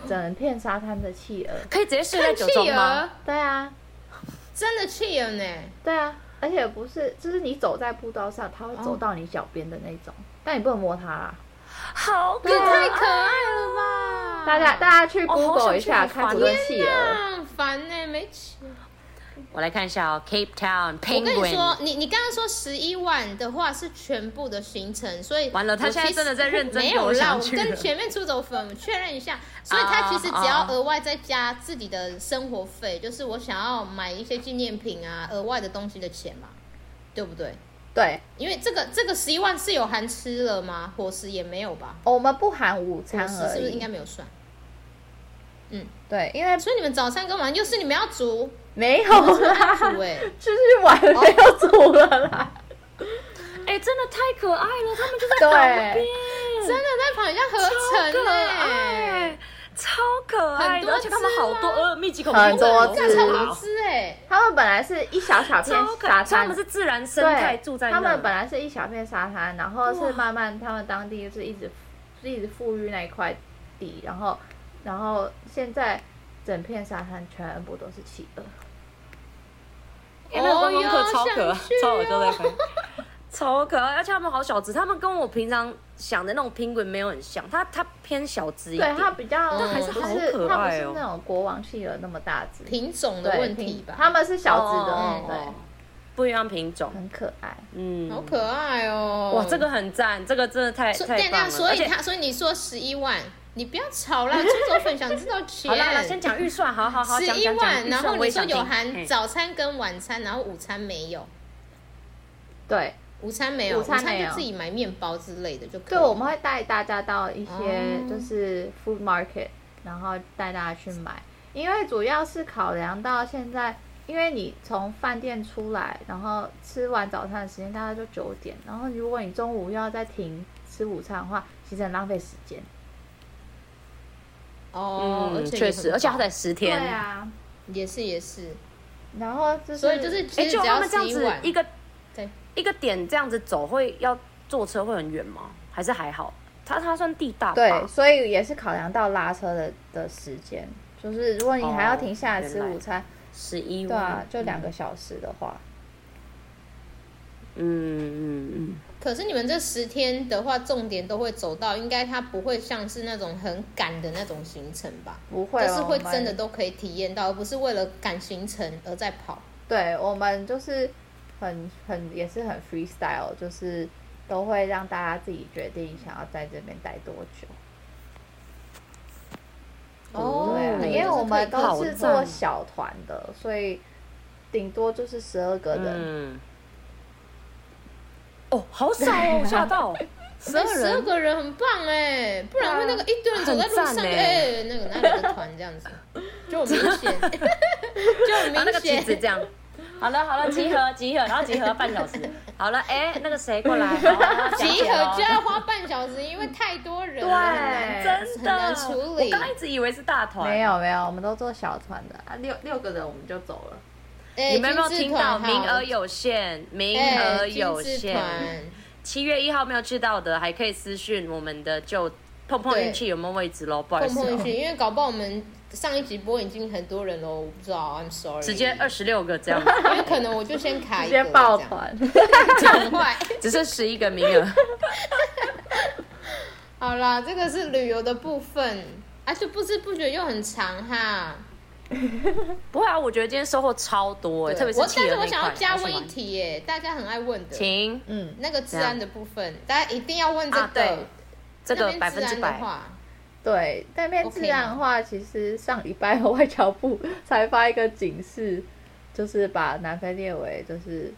Speaker 3: 整片沙滩的企鹅。
Speaker 1: 可以直接睡在
Speaker 2: 看
Speaker 1: 酒
Speaker 2: 企
Speaker 1: 庄吗
Speaker 2: 鹅？，
Speaker 3: 对啊，
Speaker 2: 真的企鹅呢？
Speaker 3: 对啊，而且不是，就是你走在步道上，它会走到你脚边的那种，但你不能摸它啦。
Speaker 1: 好可
Speaker 2: 也太
Speaker 1: 爱
Speaker 2: 可爱了吧！
Speaker 3: 大家大家去
Speaker 1: 哦好想
Speaker 3: Google 一
Speaker 1: 去
Speaker 3: 下
Speaker 1: 好
Speaker 3: 开
Speaker 1: 烦
Speaker 3: 普敦企鹅，
Speaker 2: 啊，很烦呢、没钱。
Speaker 1: 我来看一下哦，Cape Town
Speaker 2: 我跟你
Speaker 1: Penguin
Speaker 2: 说。，你你刚刚说十一万的话是全部的行程，所以
Speaker 1: 完了他
Speaker 2: 我其实
Speaker 1: 现在真的在认真
Speaker 2: 没有
Speaker 1: 我
Speaker 2: 啦，
Speaker 1: 想
Speaker 2: 我
Speaker 1: 去
Speaker 2: 跟
Speaker 1: 了
Speaker 2: 前面出走粉确认一下，所以他其实只要额外再加自己的生活费，就是我想要买一些纪念品啊，额外的东西的钱嘛，对不对？
Speaker 3: 对，
Speaker 2: 因为这个这个十一万是有含吃了吗？伙食也没有吧？
Speaker 3: 我们不含午
Speaker 2: 伙
Speaker 3: 餐
Speaker 2: 食
Speaker 3: 而
Speaker 2: 是不是应
Speaker 3: 已
Speaker 2: 该。没有算？
Speaker 3: 对，因为
Speaker 2: 所以你们早餐跟晚又是你们要煮，
Speaker 3: 没有啦，
Speaker 2: 煮哎、
Speaker 1: (laughs)
Speaker 3: 就是晚了就煮了啦。
Speaker 1: 哎、真的太可爱了，他们就在旁边
Speaker 3: 对，，
Speaker 2: 真的在跑像合
Speaker 1: 超
Speaker 2: 成
Speaker 1: 可
Speaker 2: 哎、
Speaker 1: 爱，超可爱
Speaker 2: 很多
Speaker 1: 的，而且他们
Speaker 2: 只
Speaker 1: 好多
Speaker 2: 吗
Speaker 1: 呃密集恐惧
Speaker 3: 很多
Speaker 1: 症哦
Speaker 3: 只
Speaker 2: 超好吃哎、
Speaker 3: 他们本来是一小小片
Speaker 1: 超可
Speaker 3: 沙
Speaker 1: 爱，所以他
Speaker 3: 滩
Speaker 1: 们，是自然生态
Speaker 3: 对，
Speaker 1: 住在那。
Speaker 3: 他们本来是一小片沙滩，然后
Speaker 1: 哇
Speaker 3: 是慢慢他们当地就是一直就是一直富裕那一块地，然后然后现在整片沙滩全部都是企鹅，
Speaker 1: 哎那个观光
Speaker 2: 哦
Speaker 1: 客
Speaker 2: 哟
Speaker 1: 超可爱，
Speaker 2: 想去哦
Speaker 1: 超好笑在拍，超可爱，而且他们好小只，他们跟我平常想的那种 penguin 没有很像，它它偏小只一
Speaker 3: 对，
Speaker 1: 点。
Speaker 3: 它比较
Speaker 2: 但还是
Speaker 3: 不
Speaker 1: 好
Speaker 3: 是
Speaker 1: 可
Speaker 3: 它不
Speaker 1: 爱
Speaker 3: 是
Speaker 1: 哦
Speaker 3: 那种国王企鹅那么大只，
Speaker 2: 品种的
Speaker 3: 对
Speaker 2: 问题
Speaker 3: 品
Speaker 2: 吧。
Speaker 3: 他们是小只
Speaker 1: 哦
Speaker 3: 的，
Speaker 1: 哦哦不一样品种
Speaker 3: 对，，很可爱。
Speaker 1: 嗯，
Speaker 2: 好可爱哦、
Speaker 1: 哇，这个很赞，这个真的太
Speaker 2: 所
Speaker 1: 太
Speaker 2: 等一
Speaker 1: 棒
Speaker 2: 下，
Speaker 1: 了，
Speaker 2: 所
Speaker 1: 而
Speaker 2: 以
Speaker 1: 且
Speaker 2: 他所以你说十一万，你不要吵啦，出走粉想知道
Speaker 1: (laughs)
Speaker 2: 钱。
Speaker 1: 好啦好啦，先讲预算，好好
Speaker 2: (laughs)
Speaker 1: 好，
Speaker 2: 十
Speaker 1: 讲
Speaker 2: 一
Speaker 1: 讲讲
Speaker 2: 万，
Speaker 1: 预
Speaker 2: 然
Speaker 1: 算
Speaker 2: 后
Speaker 1: 我也
Speaker 2: 你说
Speaker 1: 想听
Speaker 2: 有含
Speaker 1: 嘿
Speaker 2: 早餐跟晚餐，然后午餐没有，
Speaker 3: 对，
Speaker 2: 午餐没有，午
Speaker 3: 午餐没有
Speaker 2: 就自己买面包之类的就可以。
Speaker 3: 对，我们会带大家到一些
Speaker 2: 哦
Speaker 3: 就是 food market，、然后带大家去买，因为主要是考量到现在，因为你从饭店出来，然后吃完早餐的时间大概就九点，然后如果你中午又要再停吃午餐的话，其实很浪费时间。
Speaker 2: 哦，而
Speaker 1: 嗯，
Speaker 2: 且
Speaker 1: 确实，而且它
Speaker 2: 在
Speaker 1: 才十天，
Speaker 3: 啊，
Speaker 2: 也是也是，
Speaker 3: 然后就是
Speaker 2: 所以就是其
Speaker 1: 哎，
Speaker 2: 实
Speaker 1: 就他
Speaker 2: 只要
Speaker 1: 们这
Speaker 2: 十
Speaker 1: 样
Speaker 2: 一
Speaker 1: 子
Speaker 2: 万，
Speaker 1: 一个
Speaker 2: 对
Speaker 1: 一个点这样子走会要坐车会很远吗？还是还好？它它算地大吧
Speaker 3: 对，所以也是考量到拉车的的时间，就是如果你还要停下来
Speaker 1: 哦
Speaker 3: 吃
Speaker 1: 原来
Speaker 3: 午餐，
Speaker 1: 十一万，
Speaker 3: 对啊，就两个小时的话，
Speaker 1: 嗯，嗯嗯嗯，
Speaker 2: 可是你们这十天的话，重点都会走到，应该它不会像是那种很赶的那种行程吧？
Speaker 3: 不会、哦，
Speaker 2: 就是会
Speaker 3: 我们
Speaker 2: 真的都可以体验到，而不是为了赶行程而在跑。
Speaker 3: 对我们就是很很也是很 freestyle，就是都会让大家自己决定想要在这边待多久。
Speaker 1: 哦
Speaker 3: 对啊
Speaker 1: 欸
Speaker 3: 因为我们都是
Speaker 1: 好
Speaker 3: 做
Speaker 1: 赞
Speaker 3: 小团的，所以顶多就是十二个人。
Speaker 1: 嗯，哦，好少哦，我吓到， (laughs) 十二
Speaker 2: 十二
Speaker 1: 人，
Speaker 2: 个人很棒哎，不然会那个一堆人走在路
Speaker 1: 很
Speaker 2: 上
Speaker 1: 赞
Speaker 2: 哎、
Speaker 1: 欸
Speaker 2: 那个那里的团这样
Speaker 1: (laughs)
Speaker 2: 子，就很明显，就很
Speaker 1: 然后那个
Speaker 2: 明
Speaker 1: 旗
Speaker 2: 显。
Speaker 1: 子这
Speaker 2: (laughs)
Speaker 1: 样。好了好了，集合集合，然后集合半小时。 (laughs) 好了，哎、那个谁过来，好
Speaker 2: (laughs) 集
Speaker 1: 哦
Speaker 2: 合就要花半小时，因为太多人了，很难
Speaker 3: 对
Speaker 1: 真
Speaker 2: 很
Speaker 1: 的
Speaker 2: 难处
Speaker 1: 我
Speaker 2: 理。
Speaker 1: 刚一直以为是大团，
Speaker 3: 没有没有，我们都做小团的啊，六六个人我们就走了。
Speaker 2: 哎
Speaker 1: 你们有没有听到？
Speaker 2: 金字塔好
Speaker 1: 名额有限，名
Speaker 2: 哎
Speaker 1: 额有
Speaker 2: 金字
Speaker 1: 限。
Speaker 2: 团
Speaker 1: 七月一号没有去到的，还可以私讯我们的，就碰碰
Speaker 2: 对
Speaker 1: 运气有没有位置喽，不好意
Speaker 2: 碰
Speaker 1: 思
Speaker 2: 碰运
Speaker 1: 哦、
Speaker 2: 气，因为搞不好我们上一集播已经很多人了，我不知道，I'm sorry。
Speaker 1: 直接二，十六个
Speaker 2: (laughs)
Speaker 1: 这样，
Speaker 2: 因为可能我就先卡
Speaker 3: 直
Speaker 2: 一
Speaker 3: 接
Speaker 2: 个
Speaker 3: 抱，团，
Speaker 2: 这样很坏。
Speaker 1: 只剩十一个名额。
Speaker 2: 好啦，这个是旅游的部分，啊，就不知不觉又很长哈。
Speaker 1: 不会啊，我觉得今天收获超多、欸，特别是
Speaker 2: 我
Speaker 1: 企
Speaker 2: 但是
Speaker 1: 鹅那
Speaker 2: 我
Speaker 1: 一块。
Speaker 2: 想要加
Speaker 1: 好喜
Speaker 2: 问
Speaker 1: 欢
Speaker 2: 一题耶，大家很爱问的，
Speaker 1: 请
Speaker 3: 嗯，
Speaker 2: 那个治安的部分，大家一定要问这
Speaker 1: 啊对
Speaker 2: 个。
Speaker 1: 这
Speaker 2: 那
Speaker 1: 个
Speaker 2: 边
Speaker 1: 百
Speaker 2: 治
Speaker 1: 分之
Speaker 2: 安的
Speaker 1: 百，
Speaker 2: 话，
Speaker 3: 对。那边
Speaker 2: OK
Speaker 3: 自然的话，其实上礼拜我外交部才发一个警示，就是把南非列为就是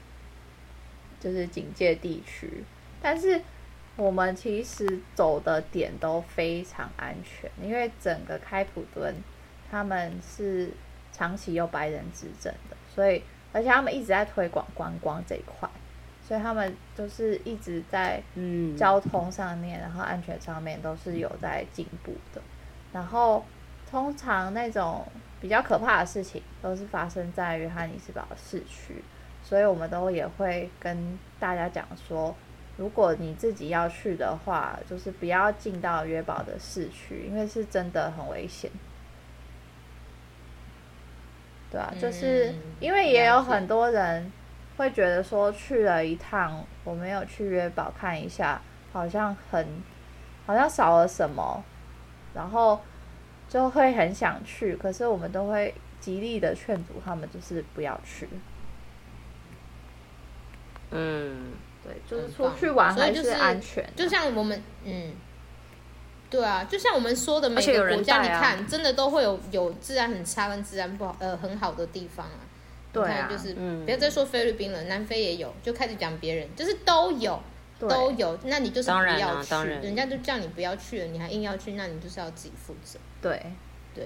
Speaker 3: 就是警戒地区，但是。我们其实走的点都非常安全，因为整个开普敦他们是长期有白人执政的，所以而且他们一直在推广观光这一块，所以他们就是一直在
Speaker 1: 嗯，
Speaker 3: 交通上面，然后安全上面都是有在进步的。然后通常那种比较可怕的事情都是发生在约翰尼斯堡市区，所以我们都也会跟大家讲说，如果你自己要去的话，就是不要进到约堡的市区，因为是真的很危险。对啊，就是
Speaker 2: 嗯
Speaker 3: 因为也有
Speaker 2: 了解
Speaker 3: 很多人会觉得说去了一趟，我没有去约堡看一下，好像很好像少了什么，然后就会很想去，可是我们都会极力的劝阻他们，就是不要去。
Speaker 1: 嗯，
Speaker 3: 对，就是
Speaker 2: 很
Speaker 3: 出
Speaker 2: 棒
Speaker 3: 去玩
Speaker 2: 所以
Speaker 3: 还
Speaker 2: 就是
Speaker 3: 安全啊的、
Speaker 2: 就像我们，嗯，对啊，就像我们说的，每
Speaker 1: 而且有
Speaker 2: 个
Speaker 1: 人
Speaker 2: 国家你
Speaker 1: 带啊
Speaker 2: 看，真的都会有有治安很差跟治安不好，呃，很好的地方啊。
Speaker 3: 对啊
Speaker 2: 你看就是、
Speaker 1: 嗯
Speaker 2: 不要再说菲律宾了，南非也有，就开始讲别人，就是都有。
Speaker 3: 对
Speaker 2: 都有，那你就是
Speaker 1: 当
Speaker 2: 不
Speaker 1: 然
Speaker 2: 要
Speaker 1: 啊
Speaker 2: 去，
Speaker 1: 当然
Speaker 2: 人家就叫你不要去了，你还硬要去，那你就是要自己负责。
Speaker 3: 对，
Speaker 2: 对，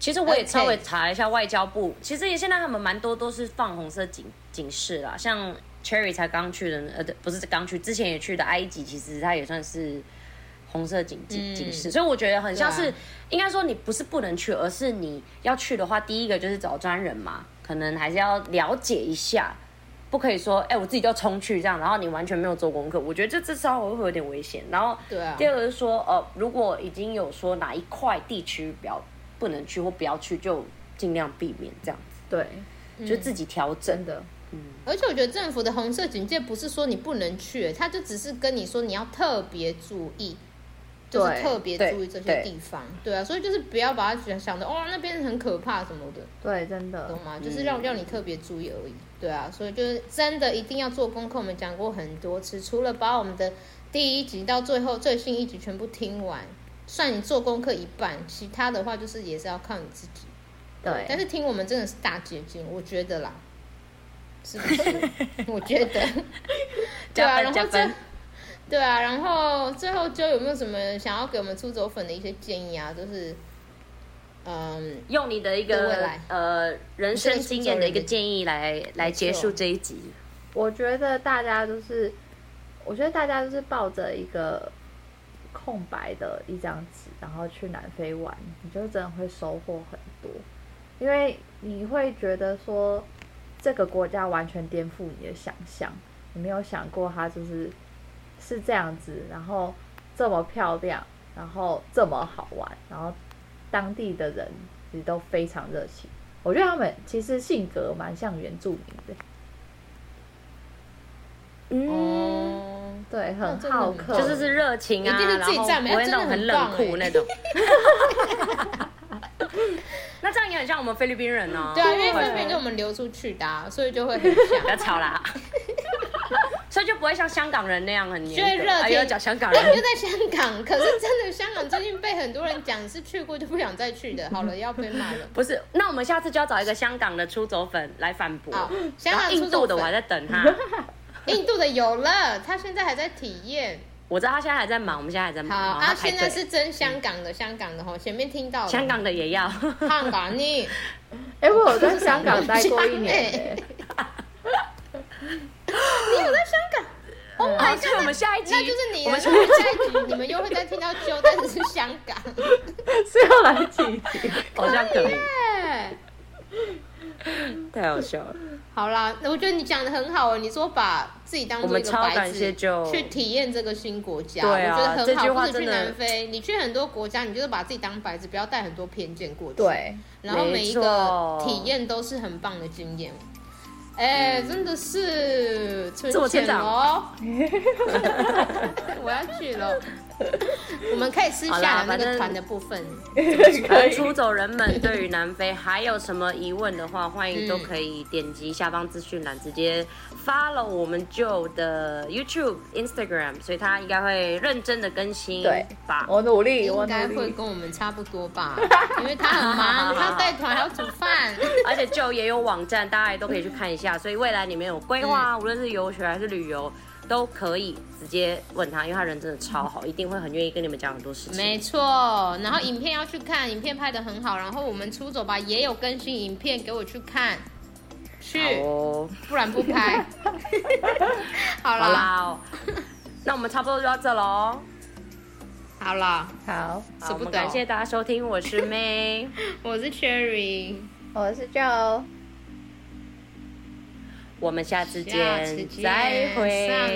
Speaker 1: 其实我也
Speaker 2: OK
Speaker 1: 稍微查一下外交部，其实也现在他们蛮多都是放红色警警示啦，像 Cherry 才刚去的，呃，对不是刚去，之前也去的埃及，其实它也算是红色警警
Speaker 2: 嗯
Speaker 1: 警示，所以我觉得很像是，
Speaker 2: 对啊
Speaker 1: 应该说你不是不能去，而是你要去的话，第一个就是找专人嘛，可能还是要了解一下。不可以说，哎、我自己就冲去这样，然后你完全没有做功课，我觉得这至少会有点危险。然后
Speaker 2: 对啊
Speaker 1: 第二个是说，呃，如果已经有说哪一块地区比较不能去或不要去，就尽量避免这样子，
Speaker 3: 对，
Speaker 1: 就自己调整
Speaker 3: 真。的，
Speaker 2: 而且我觉得政府的红色警戒不是说你不能去，它就只是跟你说你要特别注意，就是
Speaker 3: 对
Speaker 2: 特别
Speaker 1: 对
Speaker 2: 注意这些
Speaker 1: 对
Speaker 2: 地方。对啊，所以就是不要把它想想的哦，那边很可怕什么的，
Speaker 3: 对，真的
Speaker 2: 懂，
Speaker 1: 嗯
Speaker 2: 吗？就是让、让你特别注意而已。对啊，所以就是真的一定要做功课。我们讲过很多次，除了把我们的第一集到最后最新一集全部听完，算你做功课一半，其他的话就是也是要靠你自己。
Speaker 3: 对，
Speaker 2: 但是听我们真的是大捷径，我觉
Speaker 1: (laughs)
Speaker 2: 得啦，是不是？我觉得，对
Speaker 1: 加
Speaker 2: 啊，
Speaker 1: 分
Speaker 2: 然
Speaker 1: 加
Speaker 2: 后这
Speaker 1: 分，
Speaker 2: 对啊，然后最后就有没有什么想要给我们出走粉的一些建议啊？就是，嗯，
Speaker 1: 用你的一
Speaker 2: 对未
Speaker 1: 个
Speaker 2: 来
Speaker 1: 呃人生经验的一个建议来来结束这一集。
Speaker 3: 我觉得大家就是，我觉得大家就是抱着一个空白的一张纸，然后去南非玩，你就真的会收获很多，因为你会觉得说这个国家完全颠覆你的想象，你没有想过它就是是这样子，然后这么漂亮，然后这么好玩，然后当地的人也都非常热情。我觉得他们其实性格蛮像原住民的，
Speaker 1: 嗯，
Speaker 2: 哦，
Speaker 3: 对，
Speaker 2: 那
Speaker 3: 很
Speaker 2: 真的
Speaker 3: 好
Speaker 2: 很
Speaker 3: 客，
Speaker 1: 就是是热情啊，
Speaker 2: 一定是自己赞美
Speaker 1: 然后不会那
Speaker 2: 哎
Speaker 1: 种
Speaker 2: 真的
Speaker 1: 很
Speaker 2: 很哎棒
Speaker 1: 冷酷
Speaker 2: 哎
Speaker 1: 那种。 (laughs) 那这样也很像我们菲律宾人哦。
Speaker 2: 啊
Speaker 1: (laughs)
Speaker 2: 对啊，因为分别就我们流出去的、啊，所以就会很像
Speaker 1: 不。要吵啦。所以就不会像香港人那样很
Speaker 2: 所以
Speaker 1: 严格。
Speaker 2: 热天
Speaker 1: 哎呦，讲香港
Speaker 2: 因为
Speaker 1: 人，
Speaker 2: 在香港，可是真的香港最近被很多人讲是去过就不想再去的，好了要被骂了。
Speaker 1: 不是，那我们下次就要找一个香港的出走粉来反驳。
Speaker 2: 好，香
Speaker 1: 然
Speaker 2: 港
Speaker 1: 后印
Speaker 2: 出
Speaker 1: 度
Speaker 2: 走
Speaker 1: 的我还
Speaker 2: 粉
Speaker 1: 在等
Speaker 2: (laughs)
Speaker 1: 他，
Speaker 2: 印度的有了，他现在还在体验。
Speaker 1: 我知道他现在还在忙，我们现在还在
Speaker 2: 好
Speaker 1: 忙。然后
Speaker 2: 啊，
Speaker 1: 他排
Speaker 2: 现在
Speaker 1: 队
Speaker 2: 是真香港的，香港的吼，前面听到了
Speaker 1: 香港的也要，
Speaker 2: 香
Speaker 1: (laughs)
Speaker 2: 港你，
Speaker 3: 哎、我有在香港待过一年、
Speaker 2: (laughs) 香
Speaker 3: 欸，
Speaker 2: 你有在香
Speaker 1: (laughs)
Speaker 2: 港？Oh my
Speaker 1: 好，
Speaker 2: god！
Speaker 1: 所以我们下一集，
Speaker 2: 那就是你
Speaker 1: 我
Speaker 2: 了，
Speaker 1: 们
Speaker 2: 那你下一集你们又会再听到揪，但是是香港。
Speaker 3: 是要来几
Speaker 2: (laughs)
Speaker 3: 集？
Speaker 1: 好像可以，
Speaker 2: 哎
Speaker 1: 太好笑了。
Speaker 2: 好啦，那我觉得你讲的很好哦。你说把自己当
Speaker 1: 我
Speaker 2: 做
Speaker 1: 们
Speaker 2: 一个
Speaker 1: 超
Speaker 2: 白
Speaker 1: 感谢
Speaker 2: 纸
Speaker 1: 就
Speaker 2: 去体验这个新国家，
Speaker 1: 对啊
Speaker 2: 我觉得很
Speaker 1: 这句
Speaker 2: 好。
Speaker 1: 话
Speaker 2: 不止去
Speaker 1: 真的
Speaker 2: 南非，你去很多国家，你就是把自己当白纸，不要带很多偏见过去。，
Speaker 3: 对，
Speaker 2: 然后每一
Speaker 1: 没
Speaker 2: 个
Speaker 1: 错
Speaker 2: 体验都是很棒的经验。哎、
Speaker 1: 嗯
Speaker 2: 真的是存
Speaker 1: 自我成
Speaker 2: 钱
Speaker 1: 长
Speaker 2: 哦！ (laughs) 我要去了，我们可以私
Speaker 1: 好
Speaker 2: 下
Speaker 1: 啦
Speaker 2: 聊那
Speaker 1: 反
Speaker 2: 个
Speaker 1: 正
Speaker 2: 团的部分。
Speaker 1: 而出走人们对于南非还有什么疑问的话，欢迎都可以点击下方资讯栏直接 follow 我们 Joe 的 YouTube、Instagram，所以他应该会认真的更新
Speaker 3: 对
Speaker 1: 吧。
Speaker 3: 我努力，我
Speaker 2: 应该
Speaker 3: 努
Speaker 2: 会
Speaker 3: 力。 (laughs)
Speaker 2: 跟我们差不多吧，因为他很
Speaker 1: (laughs)
Speaker 2: 忙，他要带团还要煮饭。
Speaker 1: 而且 Joe 也有网站，大家也都可以去看一下。所以未来你们有规划，
Speaker 2: 嗯
Speaker 1: 无论是游学还是旅游，都可以直接问他，因为他人真的超好，一定会很愿意跟你们讲很多事情。
Speaker 2: 没错，然后影片要去看，影片拍的很好。然后我们出走吧也有更新影片给我去看，去
Speaker 1: 好，哦，
Speaker 2: 不然不
Speaker 1: (laughs)
Speaker 2: 拍。好
Speaker 1: 好
Speaker 2: 啦，
Speaker 1: 啦哦，那我们差不多就到这喽。
Speaker 2: 好啦，
Speaker 3: 好，
Speaker 1: 好，我
Speaker 2: 舍不
Speaker 1: 们
Speaker 2: 得
Speaker 1: 感。谢大家收听，我是 May。
Speaker 2: 我是 Cherry，
Speaker 3: 我是 Joe。
Speaker 1: 我们下次
Speaker 2: 下次
Speaker 1: 见，
Speaker 2: 见
Speaker 1: 再会，
Speaker 2: 上